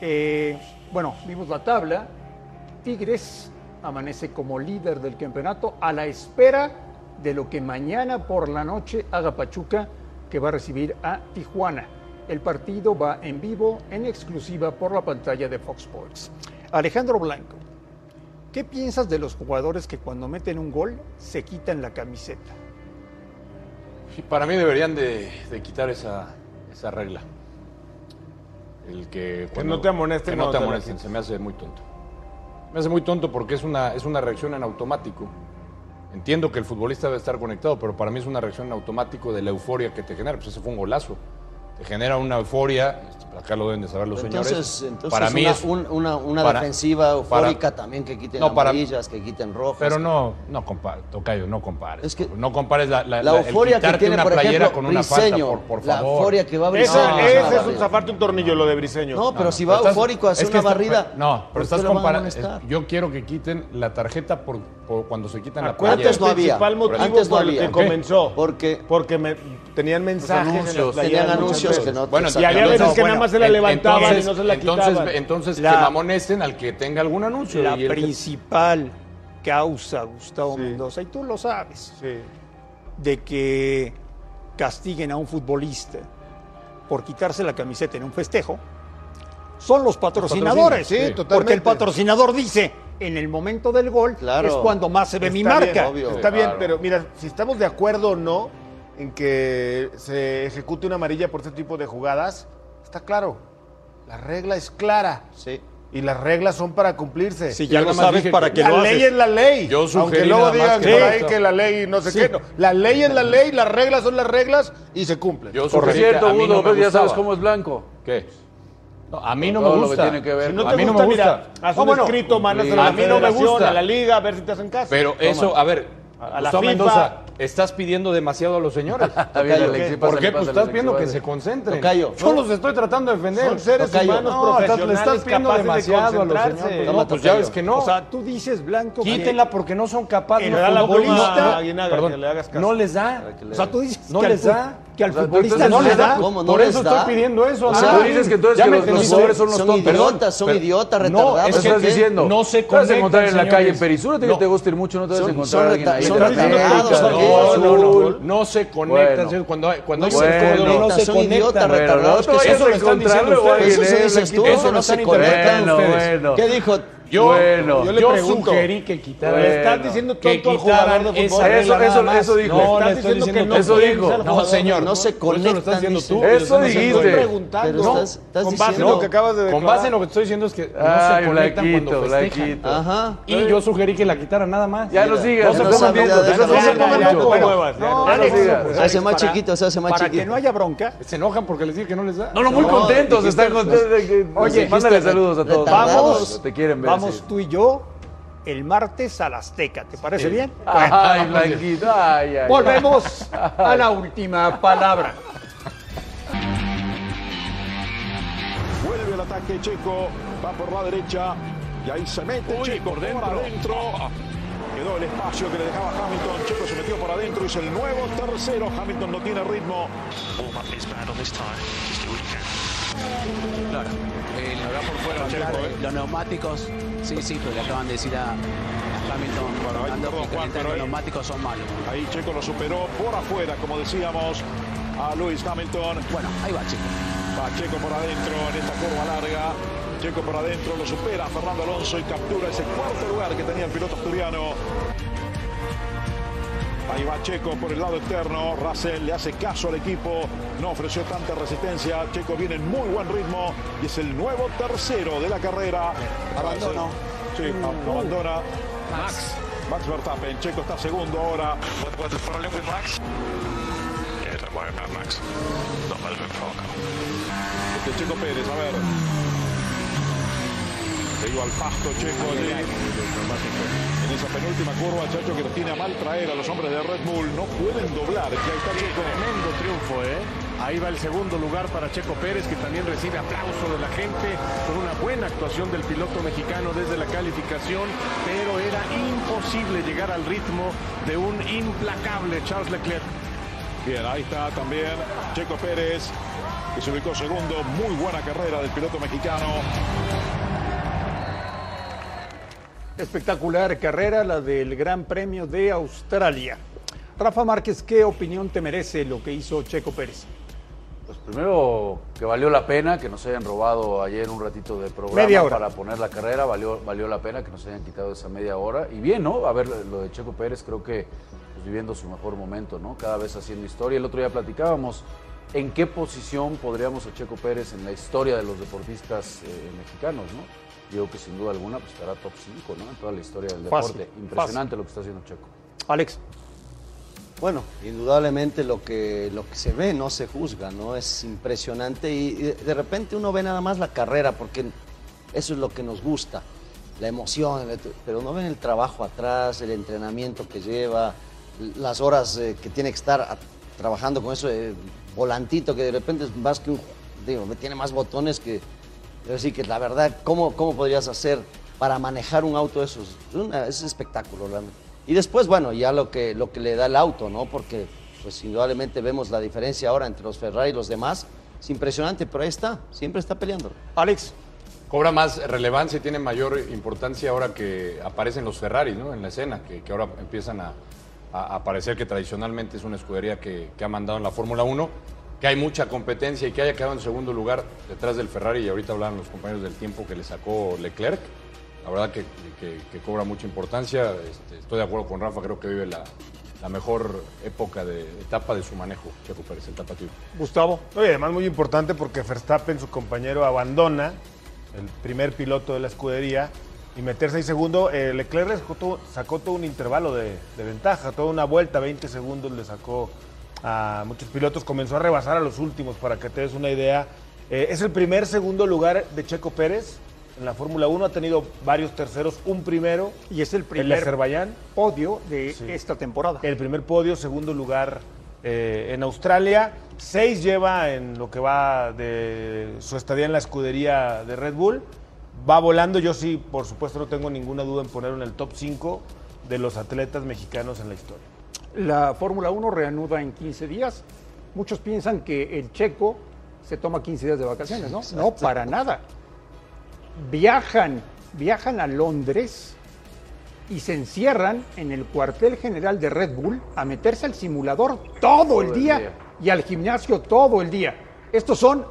Speaker 3: Eh, bueno, vimos la tabla. Tigres amanece como líder del campeonato a la espera de lo que mañana por la noche haga Pachuca, que va a recibir a Tijuana. El partido va en vivo, en exclusiva por la pantalla de Fox Sports. Alejandro Blanco, ¿qué piensas de los jugadores que cuando meten un gol se quitan la camiseta?
Speaker 7: Y Para mí deberían de, de quitar esa, esa regla. El que,
Speaker 4: no te amonesten
Speaker 7: que no
Speaker 4: cuando
Speaker 7: te
Speaker 4: te la
Speaker 7: amonesten,
Speaker 4: quites.
Speaker 7: se me hace muy tonto. Me hace muy tonto porque es una, es una reacción en automático. Entiendo que el futbolista debe estar conectado, pero para mí es una reacción en automático de la euforia que te genera. Pues ese fue un golazo. Te genera una euforia, este, acá lo deben de saber los
Speaker 6: Entonces,
Speaker 7: señores.
Speaker 6: entonces
Speaker 7: para mí
Speaker 6: una,
Speaker 7: es
Speaker 6: un- una, una
Speaker 7: para-
Speaker 6: defensiva
Speaker 7: para-
Speaker 6: eufórica también que quiten
Speaker 7: No, para-
Speaker 6: amarillas, que quiten rojas.
Speaker 7: Pero no, no compares, Tocayo, no compares.
Speaker 6: Es que-
Speaker 7: no compares la, la-
Speaker 6: La
Speaker 7: la- el
Speaker 6: euforia que
Speaker 7: quitarte
Speaker 6: tiene,
Speaker 7: una
Speaker 6: por
Speaker 7: playera
Speaker 6: ejemplo,
Speaker 7: con una
Speaker 6: Briseño,
Speaker 7: falta, por, por
Speaker 6: la
Speaker 7: favor.
Speaker 6: euforia que va a abrir.
Speaker 4: Esa-
Speaker 6: No,
Speaker 4: ese
Speaker 6: no,
Speaker 4: es
Speaker 6: no,
Speaker 4: un
Speaker 6: no.
Speaker 4: zafarte un tornillo, lo de Briseño.
Speaker 6: No, pero si
Speaker 7: Pero
Speaker 6: va
Speaker 7: estás-
Speaker 6: eufórico a hacer
Speaker 7: es que
Speaker 6: una
Speaker 7: está-
Speaker 6: barrida.
Speaker 7: No, pero
Speaker 6: ¿por
Speaker 7: estás
Speaker 6: qué lo van a
Speaker 7: comparando.
Speaker 6: amonestar?
Speaker 7: Yo quiero que quiten la tarjeta por, por cuando se quitan la
Speaker 4: ¿Cuál
Speaker 7: playera.
Speaker 6: Antes
Speaker 4: es
Speaker 6: no
Speaker 4: el
Speaker 6: había.
Speaker 4: principal motivo
Speaker 6: Antes no
Speaker 4: por el
Speaker 6: había.
Speaker 4: que
Speaker 7: ¿Por qué?
Speaker 4: comenzó?
Speaker 6: Porque-
Speaker 4: porque me- tenían mensajes en las
Speaker 5: anuncios,
Speaker 4: playeras
Speaker 6: tenían
Speaker 4: muchas
Speaker 6: anuncios
Speaker 4: veces.
Speaker 6: que no te
Speaker 7: Bueno,
Speaker 4: y había
Speaker 6: sacaban.
Speaker 4: veces que
Speaker 7: bueno,
Speaker 4: nada más se la
Speaker 7: en-
Speaker 4: levantaban y
Speaker 7: entonces-
Speaker 4: no se la
Speaker 7: entonces,
Speaker 4: quitaban.
Speaker 7: Entonces,
Speaker 9: La-
Speaker 7: que la amonesten al que tenga algún anuncio.
Speaker 9: La
Speaker 7: y el que-
Speaker 9: principal causa, Gustavo
Speaker 4: Sí.
Speaker 9: Mendoza, y tú lo sabes,
Speaker 4: Sí.
Speaker 9: de que castiguen a un futbolista por quitarse la camiseta en un festejo, son los patrocinadores.
Speaker 4: patrocinios, sí,
Speaker 9: porque
Speaker 4: totalmente.
Speaker 9: el patrocinador dice, en el momento del gol
Speaker 6: Claro.
Speaker 9: es cuando más se ve mi
Speaker 4: Está
Speaker 9: marca.
Speaker 4: bien,
Speaker 6: Obvio.
Speaker 4: está bien,
Speaker 5: Claro.
Speaker 4: pero mira, si estamos de acuerdo o no en que se ejecute una amarilla por este tipo de jugadas, está claro. La regla es clara.
Speaker 6: Sí.
Speaker 4: Y las reglas son para cumplirse.
Speaker 9: Si ya
Speaker 7: Yo
Speaker 9: lo
Speaker 7: nada más
Speaker 9: sabes
Speaker 7: dije
Speaker 9: para
Speaker 7: que-
Speaker 9: que
Speaker 4: la
Speaker 9: lo
Speaker 4: ley
Speaker 9: haces.
Speaker 4: es la ley.
Speaker 7: Yo
Speaker 4: Aunque
Speaker 7: sugerí
Speaker 4: luego
Speaker 7: nada más
Speaker 4: digan
Speaker 7: que
Speaker 4: por
Speaker 7: no
Speaker 4: ahí
Speaker 7: está.
Speaker 4: que la ley no sé qué. no. La ley es la ley, las reglas son las reglas y se cumplen.
Speaker 7: Yo
Speaker 5: Por
Speaker 7: sugerí que
Speaker 5: cierto,
Speaker 7: a mí
Speaker 5: Gudo,
Speaker 7: no me
Speaker 5: pues ya sabes
Speaker 7: gustaba.
Speaker 5: cómo es blanco.
Speaker 7: ¿Qué? No, a mí no
Speaker 5: Todo
Speaker 7: me
Speaker 5: lo que
Speaker 7: gusta.
Speaker 5: tiene que ver
Speaker 7: Si
Speaker 4: no
Speaker 7: a
Speaker 4: te
Speaker 7: mí no
Speaker 4: gusta,
Speaker 7: me gusta.
Speaker 4: mira, haz
Speaker 7: Ah,
Speaker 4: un
Speaker 7: bueno,
Speaker 4: escrito, mandas a
Speaker 7: a
Speaker 4: la
Speaker 7: mí no me
Speaker 4: federación,
Speaker 7: gusta.
Speaker 4: a la liga, a ver si te hacen caso.
Speaker 7: Pero eso, a ver,
Speaker 4: A- a la
Speaker 7: Gustavo
Speaker 4: FIFA.
Speaker 7: Mendoza, estás pidiendo demasiado a los señores.
Speaker 5: Está bien,
Speaker 6: Tocayo,
Speaker 5: Alexis,
Speaker 6: ¿qué?
Speaker 7: ¿Por qué?
Speaker 5: pásale,
Speaker 7: Pues
Speaker 5: pásale,
Speaker 7: estás
Speaker 5: Alexis,
Speaker 7: viendo que
Speaker 5: vale.
Speaker 7: se concentren.
Speaker 6: Tocayo.
Speaker 7: Yo los estoy tratando de defender.
Speaker 4: Son seres
Speaker 6: Tocayo.
Speaker 4: humanos
Speaker 7: No, estás- le
Speaker 4: profesionales
Speaker 7: estás pidiendo
Speaker 4: capaces de
Speaker 7: demasiado a los
Speaker 4: concentrarse.
Speaker 7: señores.
Speaker 6: Toma,
Speaker 7: No, pues ya
Speaker 6: Tocayo.
Speaker 7: ves que no.
Speaker 9: O sea, tú dices, Blanco, que-
Speaker 7: Quítenla porque no son capaces.
Speaker 9: El
Speaker 7: los
Speaker 9: da la
Speaker 7: futbolistas.
Speaker 9: bola a
Speaker 4: Aguinaga,
Speaker 7: Perdón,
Speaker 4: que le hagas caso.
Speaker 7: No les da.
Speaker 6: Para que le-
Speaker 9: o sea, tú dices
Speaker 7: No
Speaker 9: que, al
Speaker 7: les
Speaker 9: fu-
Speaker 7: da.
Speaker 9: que al
Speaker 5: O sea,
Speaker 9: futbolista
Speaker 5: entonces
Speaker 9: no
Speaker 5: no
Speaker 9: le
Speaker 5: les
Speaker 9: da.
Speaker 5: da.
Speaker 6: ¿Cómo no
Speaker 7: Por
Speaker 6: les
Speaker 7: eso
Speaker 6: da?
Speaker 7: estoy pidiendo eso.
Speaker 6: O
Speaker 7: Ah,
Speaker 6: sea,
Speaker 7: bien.
Speaker 6: tú dices
Speaker 5: que entonces
Speaker 7: Ya
Speaker 5: que
Speaker 7: me
Speaker 5: los- los
Speaker 7: entendiste.
Speaker 5: jugadores son unos
Speaker 6: son
Speaker 5: tontos.
Speaker 6: idiotas, son
Speaker 7: Pero-
Speaker 6: idiotas,
Speaker 7: No,
Speaker 6: retardados.
Speaker 7: es
Speaker 5: ¿Qué
Speaker 7: que
Speaker 5: estás diciendo?
Speaker 7: No se
Speaker 5: Te vas a encontrar en la
Speaker 7: conectan,
Speaker 5: calle
Speaker 7: señores.
Speaker 5: Perisur, que
Speaker 7: No.
Speaker 5: te guste mucho, no te vas a
Speaker 6: Son-
Speaker 5: encontrar
Speaker 6: son
Speaker 5: a alguien ahí de
Speaker 6: reta- son
Speaker 5: América,
Speaker 6: retardados,
Speaker 5: de
Speaker 7: No, no, no,
Speaker 5: Azul.
Speaker 7: no se conectan.
Speaker 5: Bueno.
Speaker 7: señores. Cuando, hay- cuando
Speaker 6: No
Speaker 7: hay
Speaker 5: se
Speaker 7: fútbol,
Speaker 5: conectan,
Speaker 7: no se
Speaker 6: son idiotas,
Speaker 7: conectan.
Speaker 5: Bueno, no
Speaker 6: retardados.
Speaker 5: te
Speaker 6: que
Speaker 5: vayas
Speaker 6: son.
Speaker 7: eso
Speaker 5: a
Speaker 7: lo están
Speaker 5: encontrar
Speaker 7: diciendo
Speaker 5: luego a alguien,
Speaker 6: Eso se
Speaker 5: ¿eh?
Speaker 6: dices tú,
Speaker 7: Eso
Speaker 6: no,
Speaker 7: no
Speaker 6: se
Speaker 7: están interpretando
Speaker 6: conectan.
Speaker 5: Bueno,
Speaker 7: ustedes.
Speaker 5: bueno.
Speaker 6: ¿Qué dijo?
Speaker 7: Yo,
Speaker 5: Bueno.
Speaker 7: yo,
Speaker 4: le pregunto.
Speaker 7: sugerí que quitaran.
Speaker 5: Bueno.
Speaker 4: Le estás diciendo
Speaker 7: que
Speaker 4: tonto al jugador de
Speaker 7: quitaran
Speaker 4: fútbol.
Speaker 7: esa
Speaker 5: Eso-
Speaker 7: regla
Speaker 5: eso-
Speaker 7: nada
Speaker 5: eso
Speaker 7: más.
Speaker 5: dijo.
Speaker 7: Pues, No,
Speaker 4: Estás
Speaker 7: le estoy
Speaker 4: diciendo
Speaker 7: diciendo
Speaker 4: que
Speaker 7: que
Speaker 4: no
Speaker 7: no. Pues,
Speaker 5: Eso
Speaker 4: quieres
Speaker 5: dijo.
Speaker 4: al
Speaker 7: No,
Speaker 4: jugador.
Speaker 7: señor.
Speaker 6: no se
Speaker 7: Por Eso lo estás
Speaker 6: conectan,
Speaker 7: diciendo
Speaker 6: dice.
Speaker 7: tú.
Speaker 5: Eso
Speaker 7: yo estoy
Speaker 5: dijiste.
Speaker 7: haciendo-
Speaker 4: preguntando.
Speaker 6: Pero
Speaker 4: No,
Speaker 6: estás, estás
Speaker 4: con base en
Speaker 6: diciendo...
Speaker 4: lo que acabas de decir.
Speaker 7: Con base en lo que estoy diciendo es que no
Speaker 5: Ay,
Speaker 7: se conectan
Speaker 5: Blanquito,
Speaker 7: cuando festejan.
Speaker 5: Blanquito.
Speaker 6: Ajá.
Speaker 7: Y yo sugerí que la quitaran nada más.
Speaker 5: Ya no sigas.
Speaker 7: No se
Speaker 5: no
Speaker 7: pongan
Speaker 5: sabía
Speaker 6: locos,
Speaker 5: de
Speaker 6: no
Speaker 5: eso,
Speaker 6: se
Speaker 5: ya,
Speaker 6: pongan
Speaker 5: ya, ya,
Speaker 4: locos.
Speaker 5: ya, ya.
Speaker 4: Muevas, ya,
Speaker 5: No,
Speaker 4: ya,
Speaker 5: no
Speaker 4: Alex,
Speaker 5: sigas.
Speaker 6: Se hace más
Speaker 9: Para-
Speaker 6: chiquito, se hace más
Speaker 9: Para que
Speaker 6: chiquito.
Speaker 9: no haya bronca,
Speaker 7: Se enojan porque les dije que no les da.
Speaker 5: No, no, muy
Speaker 6: No,
Speaker 5: contentos,
Speaker 6: dijiste-
Speaker 5: están contentos. de que-
Speaker 6: Oye,
Speaker 5: mándale
Speaker 6: dijiste
Speaker 5: saludos a todos.
Speaker 6: retardados.
Speaker 5: Te quieren ver.
Speaker 9: vamos
Speaker 5: sí.
Speaker 9: tú y yo el martes a la Azteca. ¿Te parece bien?
Speaker 5: Ay, Blanquito, ay, ay.
Speaker 3: Volvemos a la última palabra.
Speaker 10: Vuelve el ataque Checo, va por la derecha y ahí se mete Checo por dentro. Quedó el espacio que le dejaba Hamilton. Checo se metió por adentro, hizo el nuevo tercero. Hamilton no tiene ritmo.
Speaker 11: Claro, eh, lo da por fuera. Los neumáticos, sí, sí, pero le acaban de decir a a Hamilton, por
Speaker 10: ahí
Speaker 11: Orlando,
Speaker 10: perdón,
Speaker 11: que
Speaker 10: Juan, pero
Speaker 11: los
Speaker 10: ahí-
Speaker 11: neumáticos son malos.
Speaker 10: Ahí Checo lo superó por afuera, como decíamos, a Luis Hamilton.
Speaker 11: Bueno, ahí va, chicos.
Speaker 10: Va Checo por adentro en esta curva larga. Checo por adentro lo supera Fernando Alonso y captura ese cuarto lugar que tenía el piloto asturiano. Ahí va Checo por el lado externo. Russell le hace caso al equipo. No ofreció tanta resistencia. Checo viene en muy buen ritmo y es el nuevo tercero de la carrera. Abandono. Sí, abandona. Max. Max Verstappen. Checo está segundo ahora.
Speaker 12: worry about Max. Not relevant for our car.
Speaker 10: De Checo Pérez, a ver. Se iba al pasto Checo allí. En esa penúltima curva, Chacho, que tiene a mal traer a los hombres de Red Bull. No pueden doblar. Y ahí está Checo.
Speaker 13: Tremendo triunfo, ¿eh? Ahí va el segundo lugar para Checo Pérez, que también recibe aplauso de la gente con una buena actuación del piloto mexicano desde la calificación, pero era imposible llegar al ritmo de un implacable Charles Leclerc.
Speaker 10: Bien, ahí está también Checo Pérez, que se ubicó segundo. Muy buena carrera del piloto mexicano.
Speaker 3: Espectacular carrera, la del Gran Premio de Australia. Rafa Márquez, ¿qué opinión te merece lo que hizo Checo Pérez?
Speaker 5: Pues primero que valió la pena que nos hayan robado ayer un ratito de programa
Speaker 3: Media hora.
Speaker 5: para poner la carrera, valió, valió la pena que nos hayan quitado esa media hora. Y bien, ¿no? A ver, lo de Checo Pérez creo que pues, viviendo su mejor momento, ¿no? Cada vez haciendo historia. El otro día platicábamos en qué posición podríamos a Checo Pérez en la historia de los deportistas eh, mexicanos, ¿no? Digo que sin duda alguna pues estará top 5, ¿no? En toda la historia del
Speaker 3: Fácil,
Speaker 5: deporte. Impresionante lo que está haciendo Checo.
Speaker 3: Alex.
Speaker 6: Bueno, indudablemente lo que, lo que se ve no se juzga, ¿no? Es impresionante y y de repente uno ve nada más la carrera porque eso es lo que nos gusta, la emoción, el- pero no ven el trabajo atrás, el entrenamiento que lleva, las horas eh, que tiene que estar a- trabajando con eso eh, volantito que de repente es más que un, digo, tiene más botones que, es decir, que la verdad, ¿cómo, cómo podrías hacer para manejar un auto de esos? Es, una- es espectáculo, realmente. Y después, bueno, ya lo que, lo que le da el auto, ¿no? Porque, pues, indudablemente vemos la diferencia ahora entre los Ferrari y los demás. Es impresionante, pero ahí está, siempre está peleando.
Speaker 3: Alex.
Speaker 7: Cobra más relevancia y tiene mayor importancia ahora que aparecen los Ferraris ¿no? en la escena, que, que ahora empiezan a, a- a aparecer que tradicionalmente es una escudería que, que ha mandado en la Fórmula 1, que hay mucha competencia y que haya quedado en segundo lugar detrás del Ferrari, y ahorita hablaban los compañeros del tiempo que le sacó Leclerc, la verdad que, que- que cobra mucha importancia, Este, estoy de acuerdo con Rafa, creo que vive la, la mejor época de etapa de su manejo, Checo Pérez, el tapatío.
Speaker 3: Gustavo.
Speaker 4: No, y además muy importante porque Verstappen, su compañero, abandona el primer piloto de la escudería y meterse ahí segundo. eh, Leclerc sacó todo, sacó todo un intervalo de, de ventaja, toda una vuelta, 20 segundos le sacó a muchos pilotos. Comenzó a rebasar a los últimos, para que te des una idea. Eh, es el primer segundo lugar de Checo Pérez en la Fórmula 1. Ha tenido varios terceros, un primero.
Speaker 3: Y es el
Speaker 4: El de
Speaker 3: primer
Speaker 4: Azerbaiyán.
Speaker 3: podio de esta temporada.
Speaker 4: El primer podio, segundo lugar eh, en Australia. Seis lleva en lo que va de su estadía en la escudería de Red Bull. Va volando. Yo sí, por supuesto, no tengo ninguna duda en ponerlo en el top 5 de los atletas mexicanos en la historia.
Speaker 3: La Fórmula 1 reanuda en 15 días. Muchos piensan que el checo se toma 15 días de vacaciones, ¿no? No, para nada. Viajan, viajan a Londres y se encierran en el cuartel general de Red Bull a meterse al simulador todo el día y al gimnasio todo el día. Estos son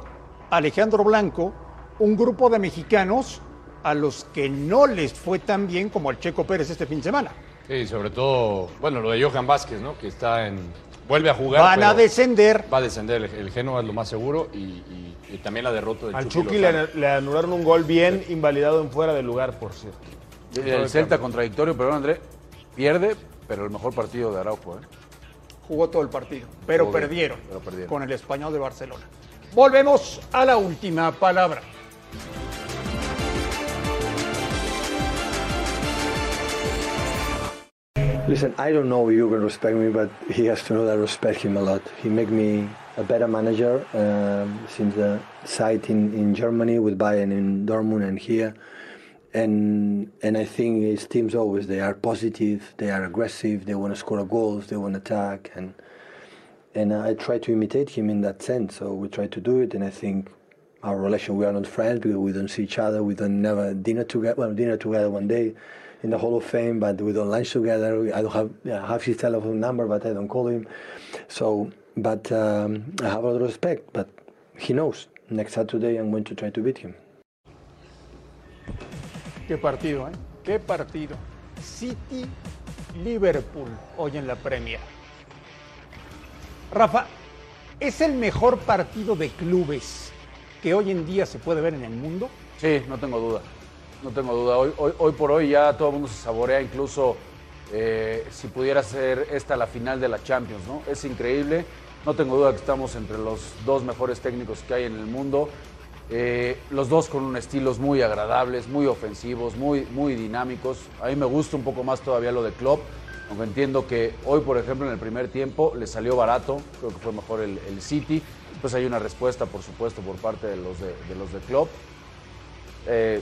Speaker 3: Alejandro Blanco, un grupo de mexicanos a los que no les fue tan bien como al Checo Pérez este fin de semana.
Speaker 7: Sí, sobre todo, bueno, lo de Johan Vázquez, ¿no? Que está en. Vuelve a jugar.
Speaker 3: Van a
Speaker 7: pero
Speaker 3: descender.
Speaker 7: Va a descender. El, el Génova es lo más seguro y, y- y también la derrota del
Speaker 4: Al
Speaker 7: Chucky
Speaker 4: Chucky
Speaker 7: Lozano.
Speaker 4: le, le anularon un gol bien invalidado en fuera de lugar, por cierto.
Speaker 5: El Celta contradictorio, pero André pierde, pero el mejor partido de Araujo, ¿eh?
Speaker 3: Jugó todo el partido, pero
Speaker 5: Jugó bien,
Speaker 3: perdieron
Speaker 5: pero perdieron.
Speaker 3: con el español de Barcelona. Volvemos a la última palabra.
Speaker 14: Listen, I don't know if you're going to respect me, but he has to know that I respect him a lot. He make me a better manager um, since the site in, in Germany with Bayern in Dortmund and here. And and I think his teams always they are positive, they are aggressive, they want to score goals, they want to attack, and and I try to imitate him in that sense. So we try to do it, and I think our relation we are not friends because we don't see each other, we don't never dinner together. Well, dinner together one day in the Hall of Fame, but we don't lunch together. We- I don't have yeah, I have his telephone number, but I don't call him. So, but um, I have a lot of respect. But he knows next Saturday I'm going to try to beat him.
Speaker 3: Qué partido, ¿eh? Qué partido. City Liverpool hoy en la Premier. Rafa, ¿es el mejor partido de clubes que hoy en día se puede ver en el mundo?
Speaker 5: Sí, no tengo duda. No tengo duda. Hoy, hoy, hoy por hoy ya todo el mundo se saborea, incluso eh, si pudiera ser esta la final de la Champions, ¿no? Es increíble No tengo duda que estamos entre los dos mejores técnicos que hay en el mundo. Eh, los dos con unos estilos muy agradables, muy ofensivos, muy, muy dinámicos. A mí me gusta un poco más todavía lo de Klopp, aunque entiendo que hoy, por ejemplo, en el primer tiempo le salió barato, creo que fue mejor el, el City. Después hay una respuesta, por supuesto, por parte de los de, de los de Klopp. Eh,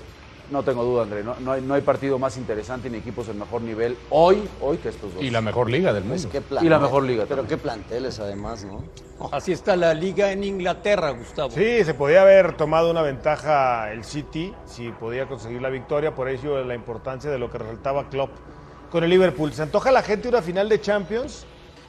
Speaker 5: no tengo duda, André, no, no, hay, no hay partido más interesante ni equipos en mejor nivel hoy, hoy que estos dos.
Speaker 7: Y la mejor liga del mundo.
Speaker 6: Qué
Speaker 5: y la mejor
Speaker 6: plantel,
Speaker 5: liga.
Speaker 6: Pero
Speaker 5: también.
Speaker 6: qué planteles además, ¿no?
Speaker 3: Oh.
Speaker 15: Así está la liga en Inglaterra, Gustavo.
Speaker 4: Sí, se podía haber tomado una ventaja el City si podía conseguir la victoria, por eso la importancia de lo que resaltaba Klopp con el Liverpool. Se antoja a la gente una final de Champions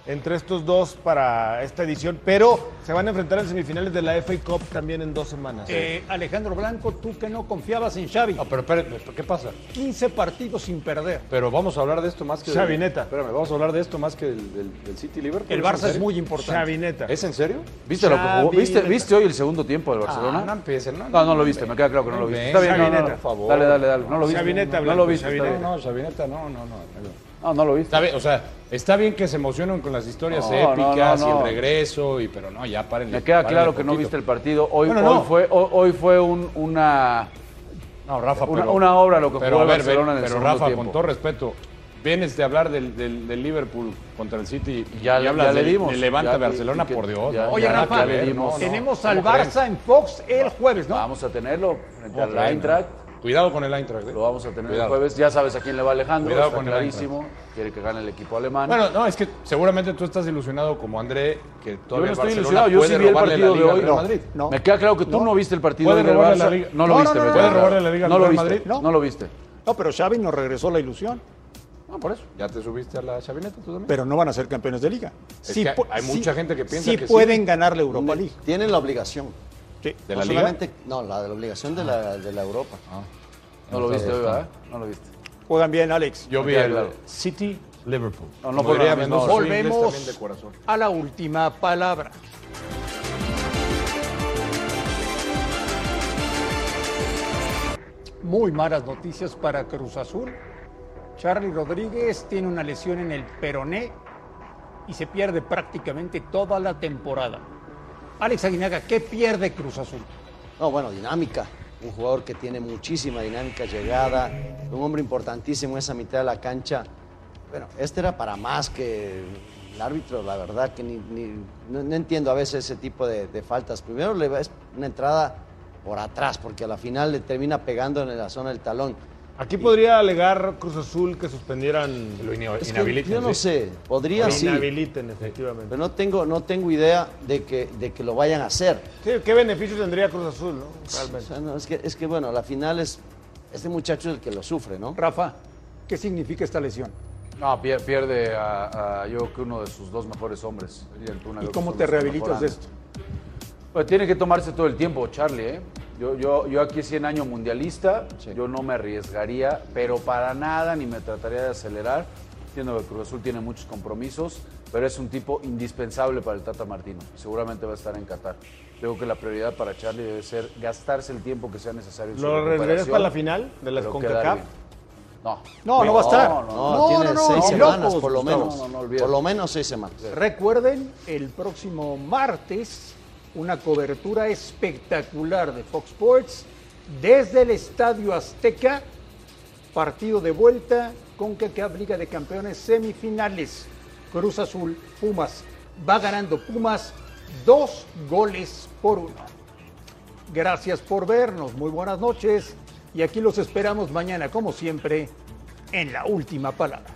Speaker 4: entre estos dos para esta edición, pero se van a enfrentar en semifinales de la FA Cup también en dos semanas.
Speaker 3: Eh, Alejandro Blanco, tú que no confiabas en Xavi.
Speaker 7: No, pero espérate, ¿qué pasa?
Speaker 3: 15 partidos sin perder.
Speaker 7: Pero vamos a hablar de esto más que.
Speaker 3: Xavi
Speaker 7: del-
Speaker 3: Neta.
Speaker 7: Espérame, vamos a hablar de esto más que del, del- del City Liverpool.
Speaker 3: El
Speaker 7: en
Speaker 3: Barça es
Speaker 7: serio?
Speaker 3: muy importante. Xavi Neta.
Speaker 7: ¿Es en serio?
Speaker 5: ¿Viste, lo que jugó?
Speaker 7: Xavi
Speaker 5: ¿Viste,
Speaker 7: Neta.
Speaker 5: ¿Viste hoy el segundo tiempo del Barcelona?
Speaker 7: no empiecen, no,
Speaker 5: no, no,
Speaker 7: no,
Speaker 5: lo viste, me queda claro que no lo viste.
Speaker 7: ven.
Speaker 5: Está bien, no, no,
Speaker 7: Xavi
Speaker 5: no,
Speaker 7: Neta, por favor.
Speaker 5: Dale, dale, dale. No lo viste.
Speaker 7: Xavi Neta,
Speaker 5: no
Speaker 7: Blanco,
Speaker 5: lo viste.
Speaker 7: Xavi
Speaker 5: está bien.
Speaker 7: Neta. No, Xavineta, no, no, no.
Speaker 5: No, no lo viste.
Speaker 7: Está bien, o sea, está bien que se emocionen con las historias
Speaker 5: No, no, no,
Speaker 7: épicas y
Speaker 5: no.
Speaker 7: el regreso, y, pero no, ya paren.
Speaker 5: Me queda claro que no viste el partido. Hoy,
Speaker 7: Bueno,
Speaker 5: hoy
Speaker 7: no.
Speaker 5: fue, hoy, hoy fue un- una,
Speaker 7: No, Rafa,
Speaker 5: una,
Speaker 7: pero-
Speaker 5: una obra lo que
Speaker 7: pero
Speaker 5: jugó
Speaker 7: a
Speaker 5: el
Speaker 7: ver,
Speaker 5: Barcelona
Speaker 7: ven,
Speaker 5: en el
Speaker 7: Pero
Speaker 5: segundo
Speaker 7: Rafa,
Speaker 5: tiempo.
Speaker 7: con todo respeto, vienes de hablar del, del- del Liverpool contra el City y,
Speaker 5: Ya-
Speaker 7: y hablas
Speaker 5: ya le
Speaker 7: del-
Speaker 5: dimos.
Speaker 7: del Levante
Speaker 5: Ya-
Speaker 7: Barcelona,
Speaker 5: que-
Speaker 7: por Dios.
Speaker 5: ya-
Speaker 7: no,
Speaker 3: Oye,
Speaker 7: ya nada que
Speaker 3: Rafa,
Speaker 7: ver, no, no.
Speaker 3: tenemos
Speaker 7: ¿Cómo
Speaker 3: al
Speaker 7: creen?
Speaker 3: Barça en Fox el jueves, ¿no?
Speaker 5: Vamos a tenerlo frente
Speaker 7: ¿Cómo
Speaker 5: al
Speaker 7: creen,
Speaker 5: Eintracht.
Speaker 7: no? Cuidado con el Eintracht. ¿eh?
Speaker 5: Lo vamos a tener
Speaker 7: Cuidado.
Speaker 5: el jueves. Ya sabes a quién le va Alejandro.
Speaker 7: Cuidado
Speaker 5: está
Speaker 7: con el
Speaker 5: clarísimo. Quiere que gane el equipo alemán.
Speaker 7: Bueno, no, es que seguramente tú estás ilusionado como André, que
Speaker 5: yo no
Speaker 7: todavía
Speaker 5: estoy
Speaker 7: el Barcelona
Speaker 5: ilusionado. Yo sí
Speaker 7: puede
Speaker 5: vi el
Speaker 7: robarle la
Speaker 5: partido de
Speaker 7: Liga al
Speaker 5: hoy.
Speaker 7: Real Madrid.
Speaker 3: No.
Speaker 5: Me queda claro que tú no, viste el partido
Speaker 7: Puede
Speaker 5: de hoy del
Speaker 7: robarle la
Speaker 5: Barça.
Speaker 7: Liga-
Speaker 5: No lo
Speaker 7: No,
Speaker 5: viste.
Speaker 7: no, no,
Speaker 5: me
Speaker 7: puede
Speaker 5: queda claro.
Speaker 7: robarle la Liga al
Speaker 5: No lo
Speaker 7: Real
Speaker 5: viste.
Speaker 7: Madrid.
Speaker 5: No. lo viste.
Speaker 3: No, pero Xavi nos regresó la ilusión.
Speaker 7: No, por eso. Ya te subiste a la chavineta tú también.
Speaker 3: Pero no van a ser campeones de liga.
Speaker 7: Es que
Speaker 3: pu-
Speaker 7: hay mucha gente que piensa
Speaker 3: sí
Speaker 7: que sí.
Speaker 3: pueden ganar la Europa League.
Speaker 6: Tienen la obligación.
Speaker 7: ¿De
Speaker 6: No
Speaker 7: la Liga? Ah.
Speaker 6: solamente- no, la, de la obligación de la, de la Europa.
Speaker 5: No lo viste hoy, ¿verdad? No lo viste.
Speaker 3: Juegan bien, Alex.
Speaker 7: Yo
Speaker 5: Me
Speaker 7: vi
Speaker 5: queda
Speaker 7: el
Speaker 5: claro.
Speaker 7: City Liverpool.
Speaker 5: No, no
Speaker 7: Como
Speaker 5: fue la
Speaker 7: diría
Speaker 5: misma
Speaker 7: Mendoza,
Speaker 5: hora.
Speaker 7: soy inglés
Speaker 3: Volvemos.
Speaker 7: también de corazón.
Speaker 3: A la última palabra. Muy malas noticias para Cruz Azul. Charlie Rodríguez tiene una lesión en el peroné y se pierde prácticamente toda la temporada. Alex Aguinaga, ¿qué pierde Cruz Azul?
Speaker 6: No, bueno, dinámica. Un jugador que tiene muchísima dinámica, llegada, un hombre importantísimo en esa mitad de la cancha. Bueno, este era para más que el árbitro, la verdad que ni, ni- no, no entiendo a veces ese tipo de, de faltas. Primero le va- es una entrada por atrás, porque a la final le termina pegando en la zona del talón.
Speaker 4: Aquí podría alegar Cruz Azul que suspendieran.
Speaker 7: Lo inhi-
Speaker 6: Es que
Speaker 7: inhabilitan,
Speaker 6: yo no
Speaker 7: ¿sí?
Speaker 6: sé, podría
Speaker 4: Lo
Speaker 6: sí,
Speaker 4: Inhabiliten, efectivamente.
Speaker 6: pero no tengo, no tengo idea de que, de que lo vayan a hacer.
Speaker 4: Sí, ¿Qué beneficio tendría Cruz Azul, no?
Speaker 6: O
Speaker 4: Realmente.
Speaker 6: sea, no, es, que, es que bueno, a la final es este muchacho es el que lo sufre, ¿no?
Speaker 3: Rafa, ¿qué significa esta lesión?
Speaker 5: No, pier- pierde a, a- yo creo que uno de sus dos mejores hombres. Iri Antuna,
Speaker 3: ¿Y
Speaker 5: creo que
Speaker 3: cómo
Speaker 5: fue uno de sus
Speaker 3: te
Speaker 5: mejor
Speaker 3: rehabilitas de
Speaker 5: años.
Speaker 3: esto?
Speaker 5: Pues tiene que tomarse todo el tiempo, Charlie. ¿eh? Yo, yo, yo aquí 100 año mundialista, yo no me arriesgaría, pero para nada, ni me trataría de acelerar. Entiendo que Cruz Azul tiene muchos compromisos, pero es un tipo indispensable para el Tata Martino. Seguramente va a estar en Qatar. Creo que la prioridad para Charlie debe ser gastarse el tiempo que sea necesario. en su
Speaker 4: ¿Lo arriesgarías
Speaker 5: recuperación,
Speaker 4: para la final de las
Speaker 5: pero
Speaker 4: CONCACAF?
Speaker 5: quedar bien. No.
Speaker 3: No, no va a estar.
Speaker 5: No, no,
Speaker 6: No,
Speaker 3: No,
Speaker 6: tiene
Speaker 3: no, no,
Speaker 6: seis
Speaker 3: no,
Speaker 6: semanas,
Speaker 3: locos,
Speaker 6: por lo
Speaker 3: Gustavo.
Speaker 6: menos.
Speaker 5: No, no, olvídate.
Speaker 6: por lo menos seis semanas.
Speaker 3: Recuerden, el próximo martes, una cobertura espectacular de Fox Sports desde el Estadio Azteca, partido de vuelta con CACAF Liga de Campeones semifinales. Cruz Azul, Pumas. Va ganando Pumas dos goles por uno. Gracias por vernos, muy buenas noches y aquí los esperamos mañana, como siempre, en la última palabra.